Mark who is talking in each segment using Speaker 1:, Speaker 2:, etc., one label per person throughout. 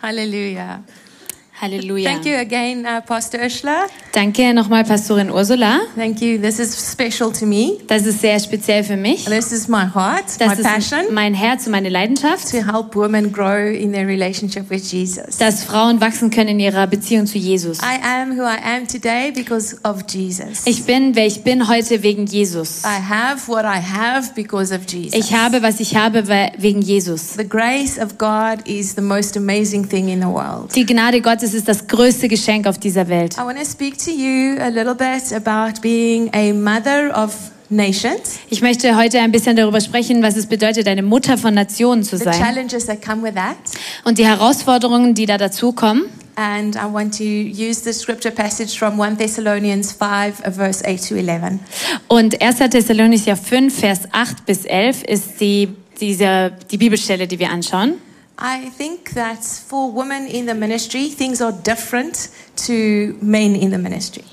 Speaker 1: Hallelujah.
Speaker 2: Halleluja.
Speaker 1: Thank you again, uh, Pastor Ursula.
Speaker 2: Danke nochmal, Pastorin Ursula.
Speaker 1: Thank you. This is special to me.
Speaker 2: Das ist sehr speziell für mich.
Speaker 1: This is my heart,
Speaker 2: Das
Speaker 1: my
Speaker 2: ist
Speaker 1: passion
Speaker 2: mein Herz und meine Leidenschaft,
Speaker 1: to help women grow in their relationship with Jesus.
Speaker 2: dass Frauen wachsen können in ihrer Beziehung zu Jesus.
Speaker 1: I am who I am today because of Jesus.
Speaker 2: Ich bin, wer ich bin heute wegen Jesus.
Speaker 1: I have what I have because of Jesus.
Speaker 2: Ich habe, was ich habe we- wegen Jesus.
Speaker 1: The grace of God is the most amazing thing in the world.
Speaker 2: Die Gnade Gottes ist das größte Geschenk auf dieser Welt.
Speaker 1: I want to speak to you a little bit about being a mother of nations,
Speaker 2: Ich möchte heute ein bisschen darüber sprechen, was es bedeutet, eine Mutter von Nationen zu
Speaker 1: the
Speaker 2: sein
Speaker 1: challenges that come with that.
Speaker 2: und die Herausforderungen, die da dazukommen.
Speaker 1: And I want to use the scripture passage from 1 Thessalonians 5, uh, verse 8 to 11.
Speaker 2: Und 1. Thessalonicher 5, Vers 8 bis 11 ist die, diese, die Bibelstelle, die wir anschauen.
Speaker 1: I think that for women in the ministry, things are different to men in the ministry.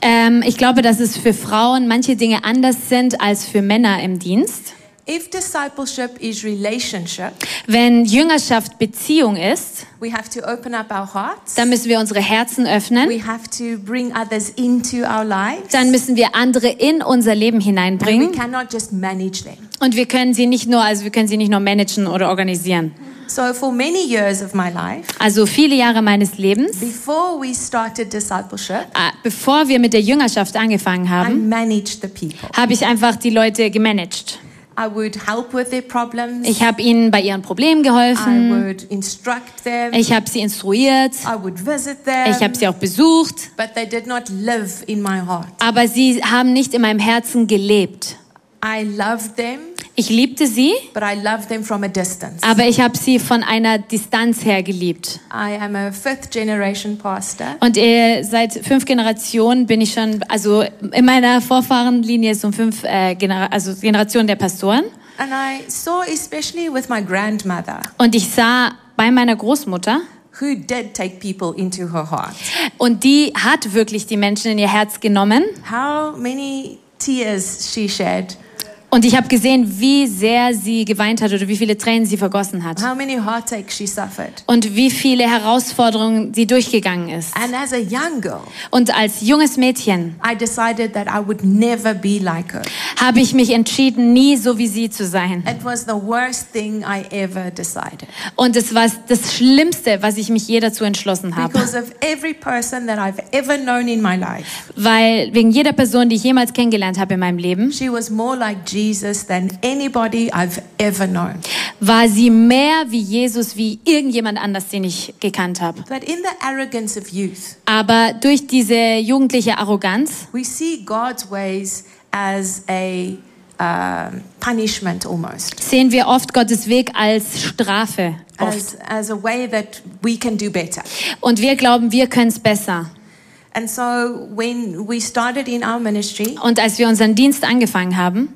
Speaker 2: Ähm, ich glaube, dass es für Frauen manche Dinge anders sind als für Männer im Dienst.
Speaker 1: If discipleship is relationship,
Speaker 2: Wenn Jüngerschaft Beziehung ist,
Speaker 1: we have to open up our hearts.
Speaker 2: dann müssen wir unsere Herzen öffnen.
Speaker 1: We have to bring others into our lives.
Speaker 2: Dann müssen wir andere in unser Leben
Speaker 1: We
Speaker 2: hineinbringen.
Speaker 1: cannot just manage them.
Speaker 2: Und wir können sie nicht nur, also wir können sie nicht nur managen oder organisieren.
Speaker 1: So, for many years of my life,
Speaker 2: Also viele Jahre meines Lebens,
Speaker 1: before we started discipleship,
Speaker 2: äh, bevor wir mit der Jüngerschaft angefangen
Speaker 1: I
Speaker 2: haben,
Speaker 1: managed the people.
Speaker 2: habe ich einfach die Leute gemanagt.
Speaker 1: I would help with their problems.
Speaker 2: Ich habe ihnen bei ihren Problemen
Speaker 1: I
Speaker 2: geholfen.
Speaker 1: would instruct them.
Speaker 2: Ich habe sie instruiert.
Speaker 1: I would visit them.
Speaker 2: Ich habe sie auch besucht.
Speaker 1: But they did not live in my heart.
Speaker 2: Aber sie haben nicht in meinem Herzen gelebt.
Speaker 1: I loved them,
Speaker 2: Ich liebte sie,
Speaker 1: but I loved them from a distance.
Speaker 2: aber ich habe sie von einer Distanz her geliebt.
Speaker 1: I am a fifth generation pastor.
Speaker 2: Und äh, seit fünf Generationen bin ich schon, also in meiner Vorfahrenlinie ist um fünf äh, Genera also Generationen der Pastoren.
Speaker 1: And I saw, especially with my grandmother,
Speaker 2: Und ich sah bei meiner Großmutter,
Speaker 1: who did take people into her heart,
Speaker 2: und die hat wirklich die Menschen in ihr Herz genommen.
Speaker 1: how many tears she shed,
Speaker 2: Und ich habe gesehen, wie sehr sie geweint hat oder wie viele Tränen sie vergossen hat.
Speaker 1: how many heartaches she suffered.
Speaker 2: Und wie viele Herausforderungen sie durchgegangen ist.
Speaker 1: And as a young girl,
Speaker 2: Und als junges Mädchen
Speaker 1: I decided that I would never be like her.
Speaker 2: habe ich mich entschieden, nie so wie sie zu sein.
Speaker 1: It was the worst thing I ever decided.
Speaker 2: Und es war das Schlimmste, was ich mich je dazu entschlossen habe.
Speaker 1: Because of every person that I've ever known in my life,
Speaker 2: Weil wegen jeder Person, die ich jemals kennengelernt habe in meinem Leben,
Speaker 1: she was more like Jesus than anybody I've ever known.
Speaker 2: war sie mehr wie Jesus, wie irgendjemand anders, den ich gekannt habe.
Speaker 1: But in the arrogance of youth,
Speaker 2: Aber durch diese jugendliche Arroganz
Speaker 1: we see God's ways as a um, punishment almost,
Speaker 2: sehen wir oft Gottes Weg als Strafe. Oft.
Speaker 1: as, as a way that we can do better.
Speaker 2: Und wir glauben, wir können es besser.
Speaker 1: And so when we started in our ministry,
Speaker 2: Und als wir unseren Dienst angefangen haben,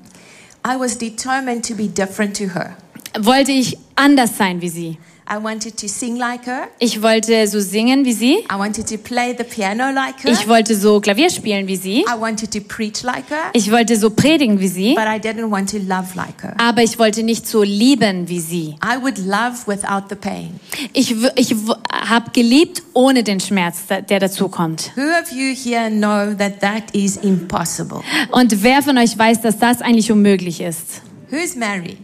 Speaker 1: I was determined to be different to her.
Speaker 2: wollte ich anders sein wie sie.
Speaker 1: I wanted to sing like her.
Speaker 2: Ich wollte so singen wie sie.
Speaker 1: I wanted to play the piano like her.
Speaker 2: Ich wollte so Klavier spielen wie sie.
Speaker 1: I wanted to preach like her,
Speaker 2: Ich wollte so predigen wie sie.
Speaker 1: but I didn't want to love like her.
Speaker 2: Aber ich wollte nicht so lieben wie sie.
Speaker 1: I would love without the pain.
Speaker 2: Ich, w- ich habe geliebt ohne den Schmerz, da- der dazukommt.
Speaker 1: Who of you here know that that is impossible?
Speaker 2: Und wer von euch weiß, dass das eigentlich unmöglich ist?
Speaker 1: Who's married?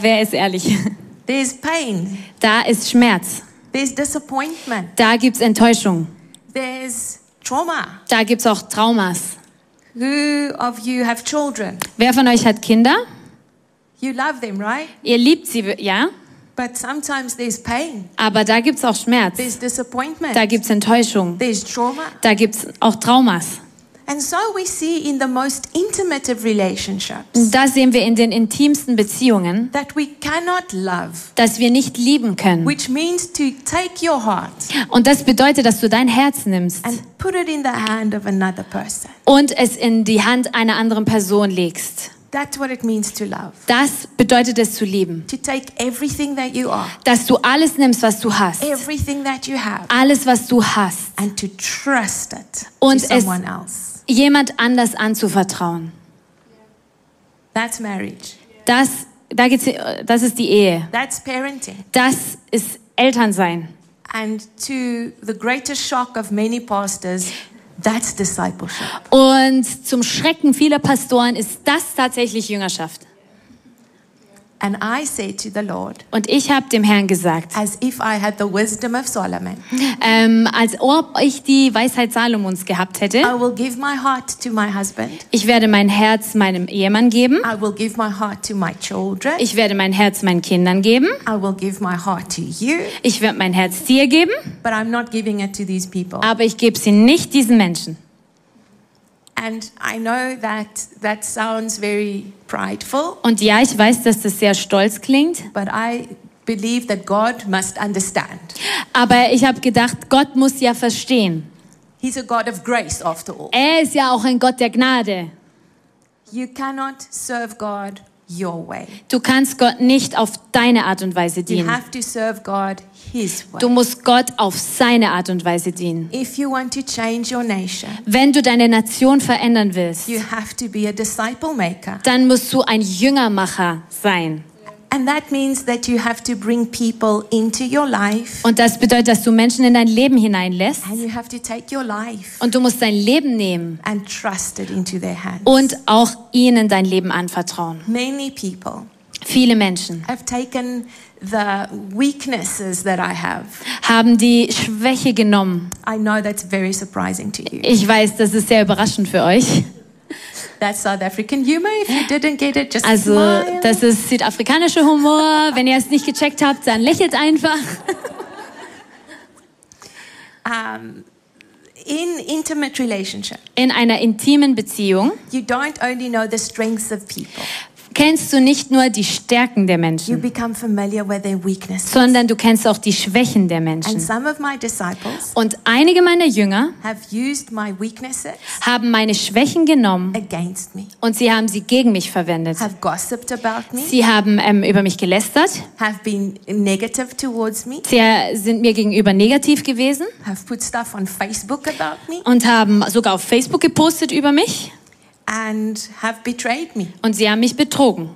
Speaker 2: Wer ist ehrlich?
Speaker 1: There's pain,
Speaker 2: Da ist Schmerz.
Speaker 1: there's disappointment,
Speaker 2: Da gibt's Enttäuschung.
Speaker 1: there's trauma.
Speaker 2: Da gibt's auch Traumas.
Speaker 1: Who of you have children?
Speaker 2: Wer von euch hat Kinder?
Speaker 1: You love them, right?
Speaker 2: Ihr liebt sie, ja?
Speaker 1: But sometimes there's pain,
Speaker 2: Aber da gibt's auch Schmerz.
Speaker 1: there's disappointment,
Speaker 2: Da gibt's Enttäuschung.
Speaker 1: there's trauma.
Speaker 2: Da gibt's auch Traumas.
Speaker 1: And so we see in the most intimate of relationships
Speaker 2: Und da sehen wir in den intimsten Beziehungen,
Speaker 1: that we cannot love,
Speaker 2: dass wir nicht lieben können.
Speaker 1: which means to take your heart
Speaker 2: Und das bedeutet, dass du dein Herz nimmst
Speaker 1: and put it in the hand of another person.
Speaker 2: und es in die Hand einer anderen Person legst.
Speaker 1: That's what it means to love.
Speaker 2: Das bedeutet es zu lieben.
Speaker 1: To take everything that you are,
Speaker 2: Dass du alles nimmst, was du hast.
Speaker 1: everything that you have,
Speaker 2: Alles, was du hast.
Speaker 1: and to trust it
Speaker 2: Und
Speaker 1: to
Speaker 2: es-
Speaker 1: someone else.
Speaker 2: Jemand anders anzuvertrauen.
Speaker 1: That's marriage.
Speaker 2: äh, Das, da geht's, das ist die Ehe.
Speaker 1: That's parenting.
Speaker 2: Das ist Eltern sein.
Speaker 1: And to the greatest shock of many pastors, that's discipleship.
Speaker 2: Und zum Schrecken vieler Pastoren ist das tatsächlich Jüngerschaft.
Speaker 1: And I say to the Lord,
Speaker 2: Und ich habe dem Herrn gesagt,
Speaker 1: as if I had the wisdom of Solomon,
Speaker 2: ähm, als ob ich die Weisheit Salomons gehabt hätte,
Speaker 1: I will give my heart to my husband.
Speaker 2: ich werde mein Herz meinem Ehemann geben,
Speaker 1: I will give my heart to my children.
Speaker 2: ich werde mein Herz meinen Kindern geben,
Speaker 1: I will give my heart to you.
Speaker 2: ich werde mein Herz dir geben,
Speaker 1: But I'm not giving it to these people.
Speaker 2: aber ich gebe sie nicht diesen Menschen.
Speaker 1: And I know that that sounds very prideful,
Speaker 2: Und ja, ich weiß, dass das sehr stolz klingt,
Speaker 1: but I believe that God must understand.
Speaker 2: aber ich habe gedacht, Gott muss ja verstehen.
Speaker 1: He's a God of grace, after all.
Speaker 2: Er ist ja auch ein Gott der Gnade.
Speaker 1: You cannot serve God your way,
Speaker 2: Du kannst Gott nicht auf deine Art und Weise
Speaker 1: you
Speaker 2: dienen.
Speaker 1: have to serve God His way.
Speaker 2: Du musst Gott auf seine Art und Weise dienen.
Speaker 1: If you want to change your nation,
Speaker 2: Wenn du deine Nation verändern willst,
Speaker 1: you have to be a disciple maker.
Speaker 2: dann musst du ein Jüngermacher sein.
Speaker 1: And that means that you have to bring people into your life
Speaker 2: Und das bedeutet, dass du Menschen in dein Leben hineinlässt
Speaker 1: and you have to take your life
Speaker 2: und du musst dein Leben nehmen
Speaker 1: and trust it into their hands.
Speaker 2: und auch ihnen dein Leben anvertrauen.
Speaker 1: Many people
Speaker 2: Viele Menschen
Speaker 1: have taken the weaknesses that I have.
Speaker 2: haben die Schwäche genommen.
Speaker 1: I know that's very surprising to you.
Speaker 2: Ich weiß, das ist sehr überraschend für euch.
Speaker 1: That's South African humor. If you didn't get it, just
Speaker 2: Also,
Speaker 1: smile.
Speaker 2: das ist südafrikanischer Humor. Wenn ihr es nicht gecheckt habt, dann lächelt einfach.
Speaker 1: Um, in intimate relationship,
Speaker 2: In einer intimen Beziehung
Speaker 1: you don't only know the strengths of people,
Speaker 2: kennst du nicht nur die Stärken der
Speaker 1: you
Speaker 2: Menschen,
Speaker 1: become familiar with their weaknesses.
Speaker 2: sondern du kennst auch die Schwächen der
Speaker 1: And
Speaker 2: Menschen.
Speaker 1: some of my disciples
Speaker 2: Und einige meiner Jünger
Speaker 1: have used my weaknesses
Speaker 2: haben meine Schwächen genommen
Speaker 1: against me,
Speaker 2: und sie haben sie gegen mich verwendet.
Speaker 1: have gossiped about me,
Speaker 2: Sie haben ähm, über mich gelästert,
Speaker 1: have been negative towards me,
Speaker 2: sie äh, sind mir gegenüber negativ gewesen
Speaker 1: have put stuff on Facebook about me,
Speaker 2: und haben sogar auf Facebook gepostet über mich
Speaker 1: and have betrayed me.
Speaker 2: und sie haben mich betrogen.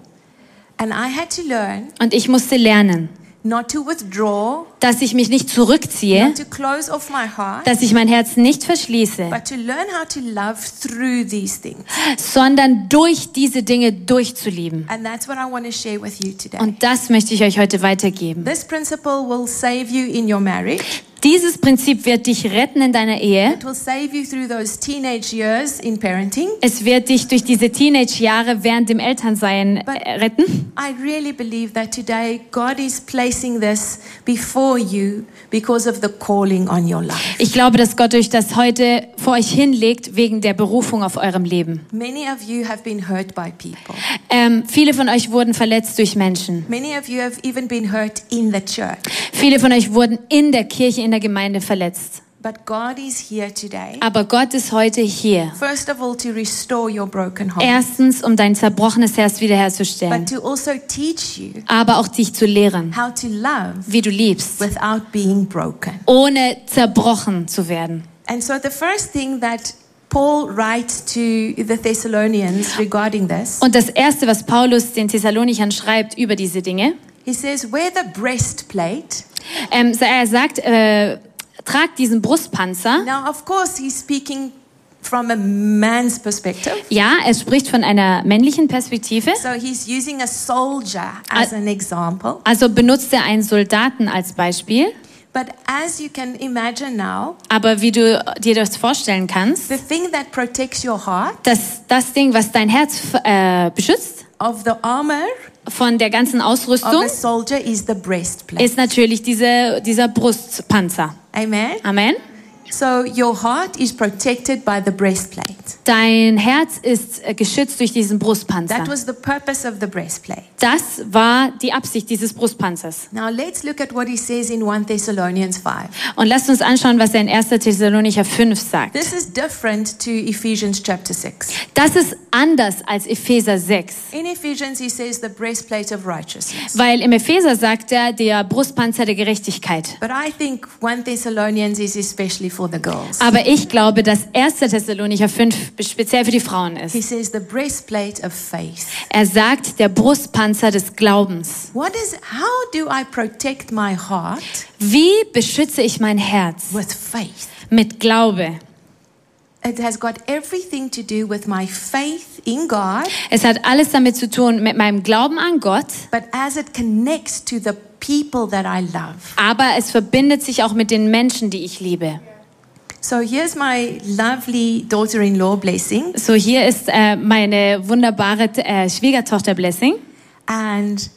Speaker 1: And I had to learn
Speaker 2: Und ich musste lernen,
Speaker 1: not to withdraw,
Speaker 2: dass ich mich nicht zurückziehe,
Speaker 1: not to close off my heart,
Speaker 2: dass ich mein Herz nicht verschließe,
Speaker 1: but to learn how to love through these things.
Speaker 2: sondern durch diese Dinge durchzulieben.
Speaker 1: And that's what I want to share with you today.
Speaker 2: Und das möchte ich euch heute weitergeben.
Speaker 1: This principle will save you in your marriage.
Speaker 2: Dieses Prinzip wird dich retten in deiner Ehe.
Speaker 1: It will save you through those teenage years in parenting.
Speaker 2: Es wird dich durch diese Teenage-Jahre während dem Elternsein äh, retten.
Speaker 1: I really believe that today God is placing this before you because of the calling on your life.
Speaker 2: Ich glaube, dass Gott euch das heute vor euch hinlegt wegen der Berufung auf eurem Leben.
Speaker 1: Many of you have been hurt by people.
Speaker 2: Ähm, viele von euch wurden verletzt durch Menschen.
Speaker 1: Many of you have even been hurt in the church.
Speaker 2: Viele von euch wurden in der Kirche, in der Gemeinde verletzt.
Speaker 1: But God is here today.
Speaker 2: Aber Gott ist heute hier.
Speaker 1: First of all, to restore your broken heart,
Speaker 2: Erstens, um dein zerbrochenes Herz
Speaker 1: but
Speaker 2: wiederherzustellen,
Speaker 1: to also teach you
Speaker 2: aber auch dich zu lehren,
Speaker 1: how to love
Speaker 2: wie du liebst,
Speaker 1: without being broken.
Speaker 2: ohne zerbrochen zu werden.
Speaker 1: And so, the first thing that Paul writes to the Thessalonians regarding this,
Speaker 2: Und das Erste, was Paulus den Thessalonichern schreibt über diese Dinge,
Speaker 1: he says, Wear the breastplate.
Speaker 2: ähm, er sagt, äh, tragt diesen Brustpanzer.
Speaker 1: Now, of course, he's speaking from a man's perspective.
Speaker 2: Ja, er spricht von einer männlichen Perspektive.
Speaker 1: So, he's using a soldier as an example.
Speaker 2: Also benutzt er einen Soldaten als Beispiel.
Speaker 1: But as you can imagine now,
Speaker 2: Aber wie du dir das vorstellen kannst,
Speaker 1: the thing that protects your heart
Speaker 2: dass das Ding, was dein Herz äh, beschützt
Speaker 1: of the armor
Speaker 2: von der ganzen
Speaker 1: of
Speaker 2: Ausrüstung,
Speaker 1: a soldier is the breastplate.
Speaker 2: ist natürlich diese, dieser Brustpanzer.
Speaker 1: Amen.
Speaker 2: Amen.
Speaker 1: So your heart is protected by the breastplate.
Speaker 2: Dein Herz ist äh, geschützt durch diesen
Speaker 1: That
Speaker 2: Brustpanzer.
Speaker 1: was the purpose of the breastplate.
Speaker 2: Das war die Absicht dieses Brustpanzers.
Speaker 1: Now let's look at what he says in 1 Thessalonians 5.
Speaker 2: Und lasst uns anschauen, was er in 1. Thessalonicher 5 sagt.
Speaker 1: This is different to Ephesians chapter 6.
Speaker 2: Das ist anders als Epheser 6.
Speaker 1: In Ephesians, he says the breastplate of righteousness.
Speaker 2: Weil im Epheser sagt er, der Brustpanzer der Gerechtigkeit.
Speaker 1: But I think 1 Thessalonians is especially for the girls.
Speaker 2: Aber ich glaube, dass 1. Thessalonicher 5 speziell für die Frauen
Speaker 1: He
Speaker 2: ist.
Speaker 1: says the breastplate of faith.
Speaker 2: Er sagt, der Brustpanzer des Glaubens.
Speaker 1: What is, how do I protect my heart
Speaker 2: Wie beschütze ich mein Herz?
Speaker 1: with faith?
Speaker 2: Mit Glaube.
Speaker 1: It has got everything to do with my faith in God,
Speaker 2: Es hat alles damit zu tun mit meinem Glauben an Gott,
Speaker 1: but as it connects to the people that I love.
Speaker 2: aber es verbindet sich auch mit den Menschen, die ich liebe.
Speaker 1: So here's my lovely daughter in law blessing,
Speaker 2: So, hier ist äh, meine wunderbare äh, Schwiegertochter Blessing.
Speaker 1: and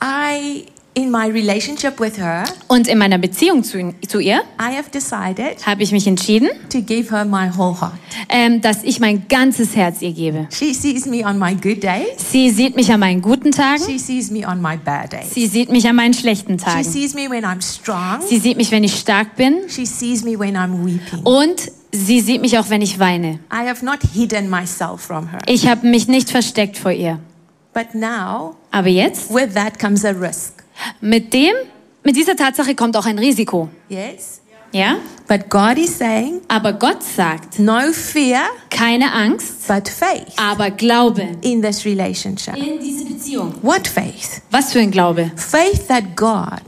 Speaker 1: I, in my relationship with her,
Speaker 2: Und in meiner Beziehung zu, zu ihr
Speaker 1: I have decided
Speaker 2: habe ich mich entschieden,
Speaker 1: to give her my whole heart.
Speaker 2: ähm, dass ich mein ganzes Herz ihr gebe.
Speaker 1: She sees me on my good days.
Speaker 2: Sie sieht mich an meinen guten Tagen,
Speaker 1: She sees me on my bad days.
Speaker 2: sie sieht mich an meinen schlechten
Speaker 1: She
Speaker 2: Tagen.
Speaker 1: sees me when I'm strong.
Speaker 2: Sie sieht mich, wenn ich stark bin
Speaker 1: She sees me when I'm weeping.
Speaker 2: und sie sieht mich auch, wenn ich weine.
Speaker 1: I have not hidden myself from her.
Speaker 2: Ich habe mich nicht versteckt vor ihr.
Speaker 1: But now,
Speaker 2: Aber jetzt,
Speaker 1: with that comes a risk.
Speaker 2: mit dem, mit dieser Tatsache kommt auch ein Risiko.
Speaker 1: Yes?
Speaker 2: Ja?
Speaker 1: But God is saying,
Speaker 2: Aber Gott sagt,
Speaker 1: no fear,
Speaker 2: keine Angst,
Speaker 1: but faith
Speaker 2: aber Glaube
Speaker 1: in this relationship.
Speaker 2: in diese Beziehung.
Speaker 1: What faith?
Speaker 2: Was für ein Glaube?
Speaker 1: Faith that God,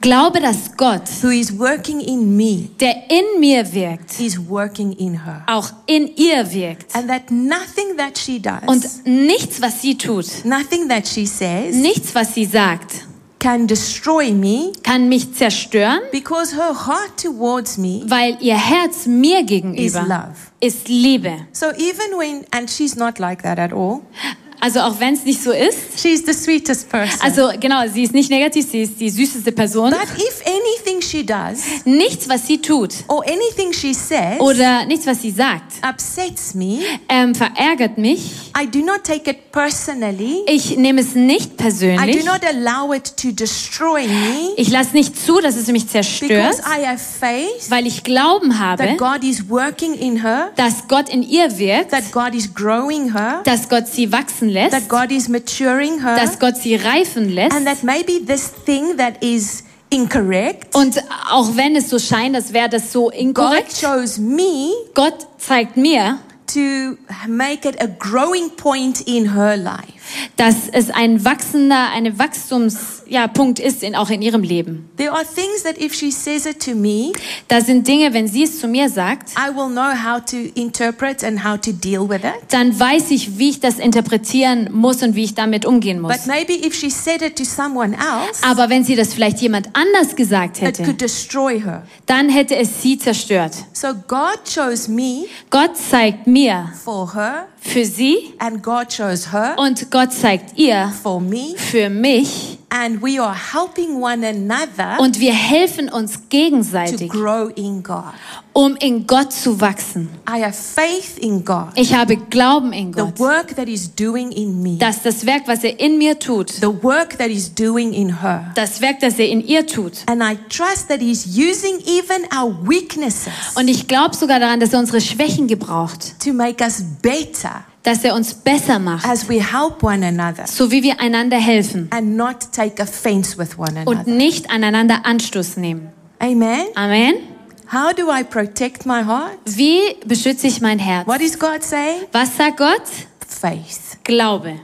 Speaker 2: Glaube, dass Gott,
Speaker 1: who is working in me,
Speaker 2: der in mir wirkt,
Speaker 1: is working in her.
Speaker 2: auch in ihr wirkt.
Speaker 1: And that nothing that she does,
Speaker 2: Und nichts, was sie tut,
Speaker 1: nothing that she says,
Speaker 2: nichts, was sie sagt,
Speaker 1: can destroy me
Speaker 2: kann mich zerstören,
Speaker 1: because her heart towards me
Speaker 2: weil ihr Herz mir
Speaker 1: is
Speaker 2: gegenüber
Speaker 1: love.
Speaker 2: ist Liebe.
Speaker 1: So even when, and she's not like that at all,
Speaker 2: Also auch wenn es nicht so ist.
Speaker 1: she's the sweetest person.
Speaker 2: Also genau, sie ist nicht negativ, sie ist die süßeste Person.
Speaker 1: but if anything she does
Speaker 2: Nichts, was sie tut
Speaker 1: or anything she says
Speaker 2: oder nichts, was sie sagt,
Speaker 1: upsets me,
Speaker 2: ähm, verärgert mich.
Speaker 1: I do not take it personally.
Speaker 2: Ich nehme es nicht
Speaker 1: I do
Speaker 2: persönlich.
Speaker 1: not allow it to destroy me
Speaker 2: Ich lasse nicht zu, dass es mich zerstört,
Speaker 1: because I have faith
Speaker 2: weil ich Glauben habe,
Speaker 1: that God is working in her,
Speaker 2: dass Gott in ihr wirkt,
Speaker 1: that God is growing her,
Speaker 2: dass Gott sie wachsen lässt,
Speaker 1: that God is maturing her,
Speaker 2: dass Gott sie reifen
Speaker 1: and
Speaker 2: lässt.
Speaker 1: that maybe this thing that is incorrect,
Speaker 2: Und auch wenn es so scheint, als wäre das so
Speaker 1: God
Speaker 2: inkorrekt,
Speaker 1: chose me
Speaker 2: Gott zeigt mir,
Speaker 1: to make it a growing point in her life.
Speaker 2: dass es ein wachsender, eine Wachstumspunkt ja, Punkt ist, in, auch in ihrem Leben.
Speaker 1: There are things that if she says it to me,
Speaker 2: Da sind Dinge, wenn sie es zu mir sagt,
Speaker 1: I will know how to interpret and how to deal with it.
Speaker 2: dann weiß ich, wie ich das interpretieren muss und wie ich damit umgehen
Speaker 1: But
Speaker 2: muss.
Speaker 1: maybe if she said it to someone else,
Speaker 2: Aber wenn sie das vielleicht jemand anders gesagt
Speaker 1: it
Speaker 2: hätte,
Speaker 1: could destroy her.
Speaker 2: dann hätte es sie zerstört.
Speaker 1: So God chose me
Speaker 2: Gott zeigt mir
Speaker 1: for her,
Speaker 2: für sie
Speaker 1: and God chose her
Speaker 2: und Gott zeigt ihr
Speaker 1: for me,
Speaker 2: für mich
Speaker 1: and we are helping one another
Speaker 2: und wir helfen uns
Speaker 1: to
Speaker 2: gegenseitig,
Speaker 1: grow in God.
Speaker 2: um in Gott zu wachsen.
Speaker 1: I have faith in God,
Speaker 2: Ich habe Glauben in
Speaker 1: the
Speaker 2: Gott,
Speaker 1: work that He's doing in me,
Speaker 2: dass das Werk, was er in mir tut,
Speaker 1: the work that He's doing in her.
Speaker 2: das Werk, das er in ihr tut.
Speaker 1: And I trust that He's using even our weaknesses
Speaker 2: Und ich glaube sogar daran, dass er unsere Schwächen gebraucht,
Speaker 1: to make us better
Speaker 2: dass er uns besser macht,
Speaker 1: as we help one another
Speaker 2: so wie wir einander helfen.
Speaker 1: and not take offense with one
Speaker 2: und
Speaker 1: another.
Speaker 2: nicht aneinander Anstoß nehmen.
Speaker 1: Amen.
Speaker 2: Amen.
Speaker 1: How do I protect my heart?
Speaker 2: Wie beschütze ich mein Herz?
Speaker 1: What is God saying?
Speaker 2: Was sagt Gott?
Speaker 1: Faith.
Speaker 2: Glaube.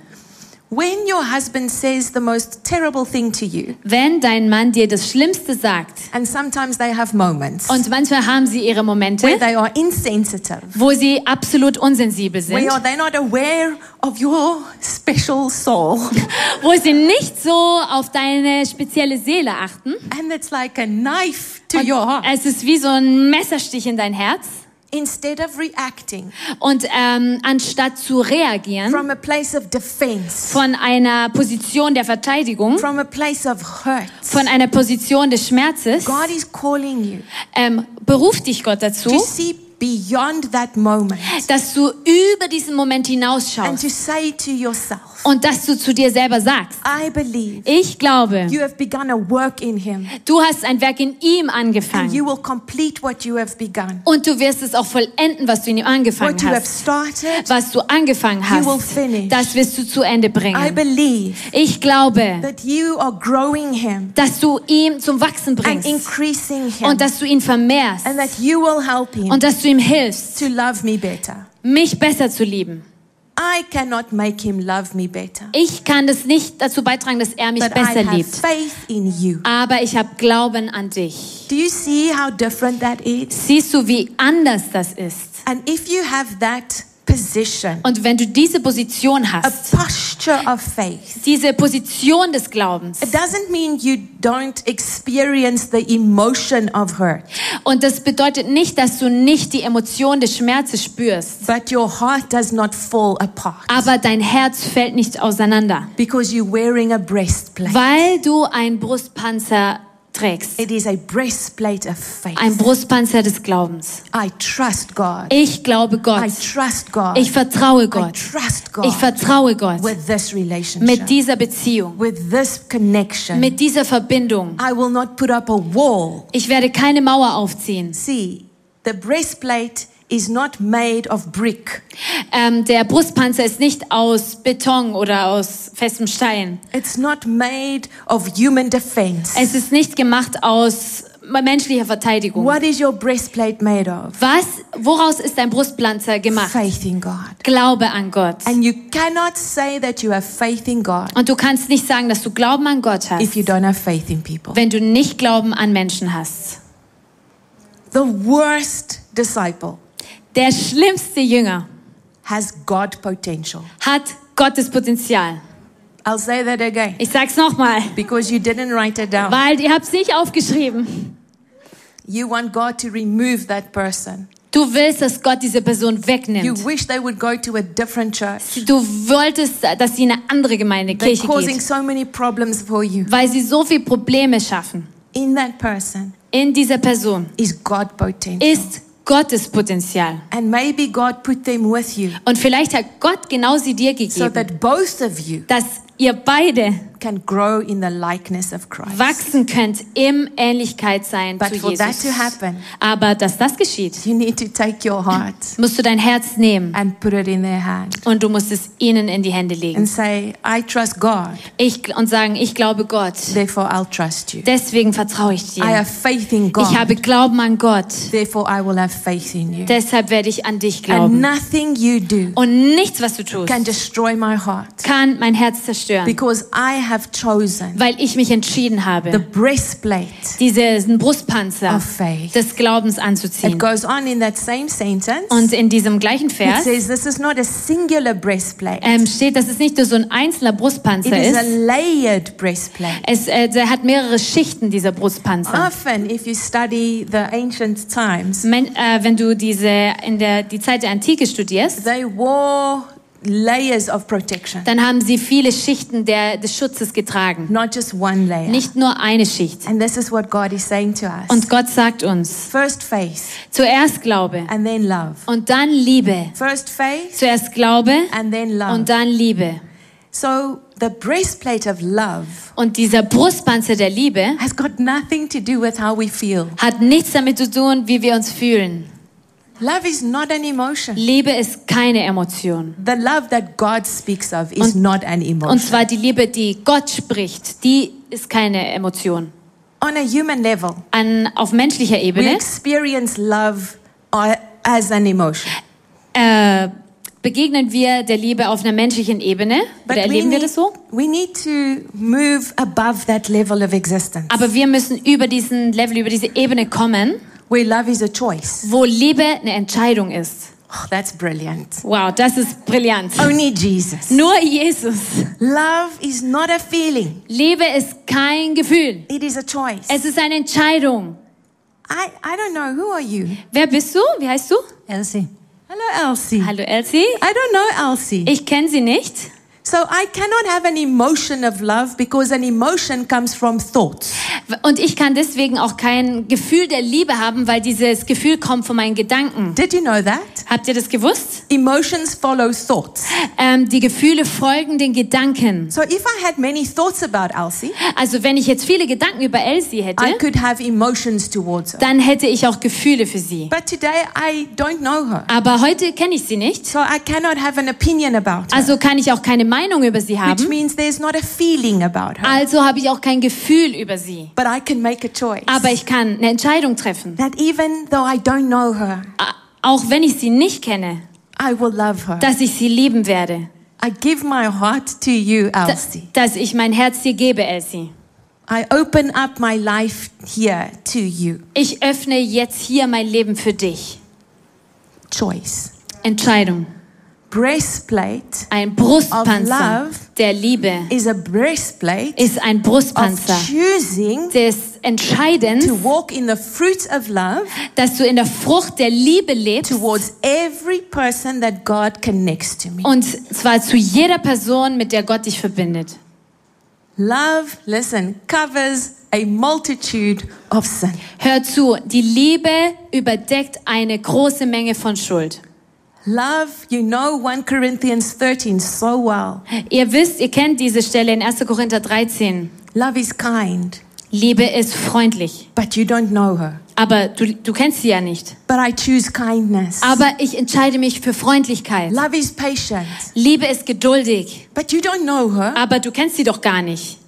Speaker 1: When your husband says the most terrible thing to you,
Speaker 2: Wenn dein Mann dir das Schlimmste sagt,
Speaker 1: and sometimes they have moments
Speaker 2: und manchmal haben sie ihre
Speaker 1: where
Speaker 2: Momente,
Speaker 1: they are insensitive,
Speaker 2: wo sie absolut unsensibel sind,
Speaker 1: where they're not aware of your special soul,
Speaker 2: wo sie nicht so auf deine spezielle Seele achten.
Speaker 1: and it's like a knife to your heart.
Speaker 2: Und es ist wie so ein Messerstich in dein Herz.
Speaker 1: Instead of reacting,
Speaker 2: Und ähm, anstatt zu reagieren
Speaker 1: from a place of defense,
Speaker 2: von einer Position der Verteidigung,
Speaker 1: from a place of hurt.
Speaker 2: von einer Position des Schmerzes,
Speaker 1: God is calling you
Speaker 2: ähm, beruft dich Gott dazu,
Speaker 1: to see beyond that moment
Speaker 2: dass du über diesen Moment
Speaker 1: and
Speaker 2: hinausschaust
Speaker 1: to say to yourself,
Speaker 2: und dass du zu dir selber sagst,
Speaker 1: I believe
Speaker 2: ich glaube,
Speaker 1: you have begun a work in him
Speaker 2: du hast ein Werk in ihm
Speaker 1: and
Speaker 2: angefangen
Speaker 1: you will complete what you have begun.
Speaker 2: und du wirst es auch vollenden, was du in ihm angefangen
Speaker 1: What you have
Speaker 2: hast.
Speaker 1: started,
Speaker 2: Was du angefangen
Speaker 1: You will
Speaker 2: hast,
Speaker 1: finish.
Speaker 2: das wirst du zu Ende
Speaker 1: I
Speaker 2: bringen.
Speaker 1: believe
Speaker 2: Ich glaube,
Speaker 1: that you are growing him
Speaker 2: dass du ihm zum Wachsen
Speaker 1: and
Speaker 2: bringst
Speaker 1: increasing him
Speaker 2: und dass du ihn vermehrst
Speaker 1: and that you will help him
Speaker 2: und dass du ihm hilfst,
Speaker 1: to love me better.
Speaker 2: mich besser zu lieben.
Speaker 1: I cannot make him love me better,
Speaker 2: Ich kann das nicht dazu beitragen, dass er mich
Speaker 1: but I
Speaker 2: besser
Speaker 1: have
Speaker 2: liebt.
Speaker 1: faith in you.
Speaker 2: Aber ich habe Glauben an dich.
Speaker 1: Do you see how different that is?
Speaker 2: Siehst du, wie anders das ist?
Speaker 1: And if you have that position,
Speaker 2: Und wenn du diese Position
Speaker 1: a
Speaker 2: hast,
Speaker 1: posture of faith,
Speaker 2: diese Position des Glaubens,
Speaker 1: it doesn't mean you don't experience the emotion of hurt,
Speaker 2: und das bedeutet nicht, dass du nicht die Emotion des Schmerzes spürst,
Speaker 1: but your heart does not fall apart
Speaker 2: aber dein Herz fällt nicht auseinander,
Speaker 1: because you're wearing a breastplate.
Speaker 2: weil du einen Brustpanzer trägst.
Speaker 1: It is a breastplate of faith.
Speaker 2: Ein Brustpanzer des Glaubens.
Speaker 1: I trust God.
Speaker 2: Ich glaube
Speaker 1: I
Speaker 2: Gott.
Speaker 1: trust God.
Speaker 2: Ich vertraue
Speaker 1: I
Speaker 2: Gott.
Speaker 1: trust God
Speaker 2: Ich vertraue Gott
Speaker 1: with this relationship,
Speaker 2: mit dieser Beziehung,
Speaker 1: with this connection.
Speaker 2: mit dieser Verbindung.
Speaker 1: I will not put up a wall
Speaker 2: Ich werde keine Mauer aufziehen.
Speaker 1: See, the breastplate is not made of brick.
Speaker 2: Ähm, der Brustpanzer ist nicht aus Beton oder aus festem Stein.
Speaker 1: It's not made of human defense.
Speaker 2: Es ist nicht gemacht aus menschlicher Verteidigung.
Speaker 1: What is your breastplate made of?
Speaker 2: Was, woraus ist dein Brustpanzer gemacht?
Speaker 1: Faith in God.
Speaker 2: Glaube an Gott.
Speaker 1: And you cannot say that you have faith in God
Speaker 2: Und du kannst nicht sagen, dass du Glauben an Gott
Speaker 1: if
Speaker 2: hast,
Speaker 1: you don't have faith in people.
Speaker 2: wenn du nicht Glauben an Menschen hast.
Speaker 1: The worst disciple
Speaker 2: Der schlimmste Jünger
Speaker 1: has God potential.
Speaker 2: hat Gottes Potenzial.
Speaker 1: I'll say that again
Speaker 2: Ich sag's nochmal,
Speaker 1: because you didn't write it down.
Speaker 2: weil ihr habt's nicht aufgeschrieben.
Speaker 1: You want God to remove that person.
Speaker 2: Du willst, dass Gott diese Person
Speaker 1: You
Speaker 2: wegnimmt.
Speaker 1: wish they would go to a different church.
Speaker 2: Du wolltest, dass sie in eine andere Gemeinde,
Speaker 1: They're
Speaker 2: Kirche geht.
Speaker 1: causing so many problems for you.
Speaker 2: weil sie so viel Probleme schaffen.
Speaker 1: In that person,
Speaker 2: In dieser Person
Speaker 1: is God potential.
Speaker 2: ist Gottes Potenzial.
Speaker 1: And maybe God put them with you
Speaker 2: Und vielleicht hat Gott genau sie dir
Speaker 1: so
Speaker 2: gegeben,
Speaker 1: that both of you
Speaker 2: dass ihr beide
Speaker 1: can grow in the likeness of Christ.
Speaker 2: wachsen könnt im Ähnlichkeitsein
Speaker 1: But
Speaker 2: zu
Speaker 1: for that to
Speaker 2: Jesus.
Speaker 1: happen,
Speaker 2: Aber dass das geschieht,
Speaker 1: you need to take your heart
Speaker 2: musst du dein Herz nehmen
Speaker 1: and put it in their hand
Speaker 2: und du musst es ihnen in die Hände
Speaker 1: and
Speaker 2: legen.
Speaker 1: say, I trust God,
Speaker 2: Ich, gl- und sagen, ich glaube Gott,
Speaker 1: therefore I'll trust you.
Speaker 2: deswegen vertraue ich
Speaker 1: I
Speaker 2: dir.
Speaker 1: have faith in
Speaker 2: Ich habe
Speaker 1: God,
Speaker 2: Glauben an Gott,
Speaker 1: therefore I will have faith in you.
Speaker 2: deshalb werde ich an dich
Speaker 1: And
Speaker 2: glauben.
Speaker 1: nothing you do
Speaker 2: Und nichts, was du tust,
Speaker 1: can destroy my heart
Speaker 2: kann mein Herz zerstören.
Speaker 1: because I have chosen
Speaker 2: weil ich mich entschieden
Speaker 1: the
Speaker 2: habe,
Speaker 1: breastplate
Speaker 2: diesen
Speaker 1: of
Speaker 2: Brustpanzer
Speaker 1: faith.
Speaker 2: des Glaubens
Speaker 1: It
Speaker 2: anzuziehen.
Speaker 1: goes on in that same sentence.
Speaker 2: Und in diesem gleichen
Speaker 1: It
Speaker 2: Vers
Speaker 1: says this is not a singular breastplate.
Speaker 2: ähm, steht, dass es nicht nur so ein einzelner
Speaker 1: It
Speaker 2: Brustpanzer
Speaker 1: is a
Speaker 2: ist.
Speaker 1: layered breastplate.
Speaker 2: Es äh, der hat mehrere Schichten, dieser Brustpanzer.
Speaker 1: Often, if you study the ancient times,
Speaker 2: Men, äh, wenn du diese in der die Zeit der Antike studierst,
Speaker 1: they wore layers of protection,
Speaker 2: dann haben sie viele Schichten der, des Schutzes getragen,
Speaker 1: not just one layer.
Speaker 2: nicht nur eine Schicht.
Speaker 1: And this is what God is saying to us.
Speaker 2: Und Gott sagt uns:
Speaker 1: First faith
Speaker 2: Zuerst Glaube
Speaker 1: and then love.
Speaker 2: und dann Liebe.
Speaker 1: First faith
Speaker 2: Zuerst Glaube
Speaker 1: and then
Speaker 2: und
Speaker 1: love.
Speaker 2: dann Liebe.
Speaker 1: So the breastplate of love
Speaker 2: Und dieser Brustpanzer der Liebe
Speaker 1: has got nothing to do with how we feel.
Speaker 2: hat nichts damit zu tun, wie wir uns fühlen.
Speaker 1: Love is not an emotion.
Speaker 2: Liebe ist keine Emotion.
Speaker 1: The love that God speaks of is not an
Speaker 2: Und
Speaker 1: emotion.
Speaker 2: zwar die Liebe, die Gott spricht, die ist keine Emotion.
Speaker 1: On a human level,
Speaker 2: An, auf menschlicher
Speaker 1: We
Speaker 2: Ebene
Speaker 1: experience love uh, as an emotion.
Speaker 2: äh, begegnen wir der Liebe auf einer menschlichen Ebene. Oder
Speaker 1: we
Speaker 2: erleben wir
Speaker 1: need,
Speaker 2: das so?
Speaker 1: we need to move above that level of existence
Speaker 2: Aber wir müssen über diesen Level, über diese Ebene kommen,
Speaker 1: where love is a choice.
Speaker 2: wo Liebe eine Entscheidung ist.
Speaker 1: Oh, that's brilliant.
Speaker 2: Wow, das ist brillant.
Speaker 1: Only Jesus.
Speaker 2: Nur Jesus.
Speaker 1: Love is not a feeling,
Speaker 2: Liebe ist kein Gefühl.
Speaker 1: it is a choice.
Speaker 2: Es ist eine Entscheidung.
Speaker 1: I, I don't know. Who are you?
Speaker 2: Wer bist du? Wie heißt du?
Speaker 1: Elsie. Hello, Elsie.
Speaker 2: Hallo Elsie.
Speaker 1: I don't know Elsie.
Speaker 2: Ich kenne sie nicht.
Speaker 1: So I cannot have an emotion of love because an emotion comes from thoughts.
Speaker 2: Und ich kann deswegen auch kein Gefühl der Liebe haben, weil dieses Gefühl kommt von meinen Gedanken.
Speaker 1: Did you know that?
Speaker 2: Habt ihr das gewusst?
Speaker 1: Emotions follow thoughts.
Speaker 2: Ähm, die Gefühle folgen den Gedanken.
Speaker 1: So if I had many thoughts about Elsie,
Speaker 2: Also wenn ich jetzt viele Gedanken über Elsie
Speaker 1: I
Speaker 2: hätte,
Speaker 1: could have emotions towards her.
Speaker 2: dann hätte ich auch Gefühle für sie.
Speaker 1: But today I don't know her.
Speaker 2: Aber heute kenne ich sie nicht,
Speaker 1: So I cannot have an opinion about her.
Speaker 2: also kann ich auch keine Meinung über sie
Speaker 1: Which
Speaker 2: haben.
Speaker 1: means there's not a feeling about her.
Speaker 2: Also habe ich auch kein Gefühl über sie.
Speaker 1: But I can make a choice.
Speaker 2: Aber ich kann eine Entscheidung treffen.
Speaker 1: That even though I don't know her,
Speaker 2: A- Auch wenn ich sie nicht kenne,
Speaker 1: I will love her.
Speaker 2: dass ich sie lieben werde.
Speaker 1: I give my heart to you,
Speaker 2: Da-
Speaker 1: Elsie.
Speaker 2: Dass ich mein Herz dir gebe, Elsie.
Speaker 1: I open up my life here to you.
Speaker 2: Ich öffne jetzt hier mein Leben für dich.
Speaker 1: Choice.
Speaker 2: Entscheidung.
Speaker 1: Breastplate
Speaker 2: Ein
Speaker 1: Of
Speaker 2: Brustpanzer
Speaker 1: love.
Speaker 2: der Liebe
Speaker 1: is a breastplate
Speaker 2: ist ein
Speaker 1: of
Speaker 2: Brustpanzer
Speaker 1: choosing
Speaker 2: des Entscheidens,
Speaker 1: to walk in the fruit of love
Speaker 2: dass du in der Frucht der Liebe lebst
Speaker 1: towards every person that God connects to me.
Speaker 2: und zwar zu jeder Person, mit der Gott dich verbindet.
Speaker 1: Love, listen, covers a multitude of sin.
Speaker 2: Hör zu, die Liebe überdeckt eine große Menge von Schuld.
Speaker 1: Love, you know 1 Corinthians 13 so well.
Speaker 2: Ihr wisst, ihr kennt diese Stelle in 1. Korinther 13.
Speaker 1: Love is kind,
Speaker 2: Liebe ist freundlich,
Speaker 1: but you don't know her.
Speaker 2: aber du, du kennst sie ja nicht.
Speaker 1: But I choose kindness.
Speaker 2: Aber ich entscheide mich für Freundlichkeit.
Speaker 1: Love is patient,
Speaker 2: Liebe ist geduldig,
Speaker 1: but you don't know her.
Speaker 2: aber du kennst sie doch gar nicht.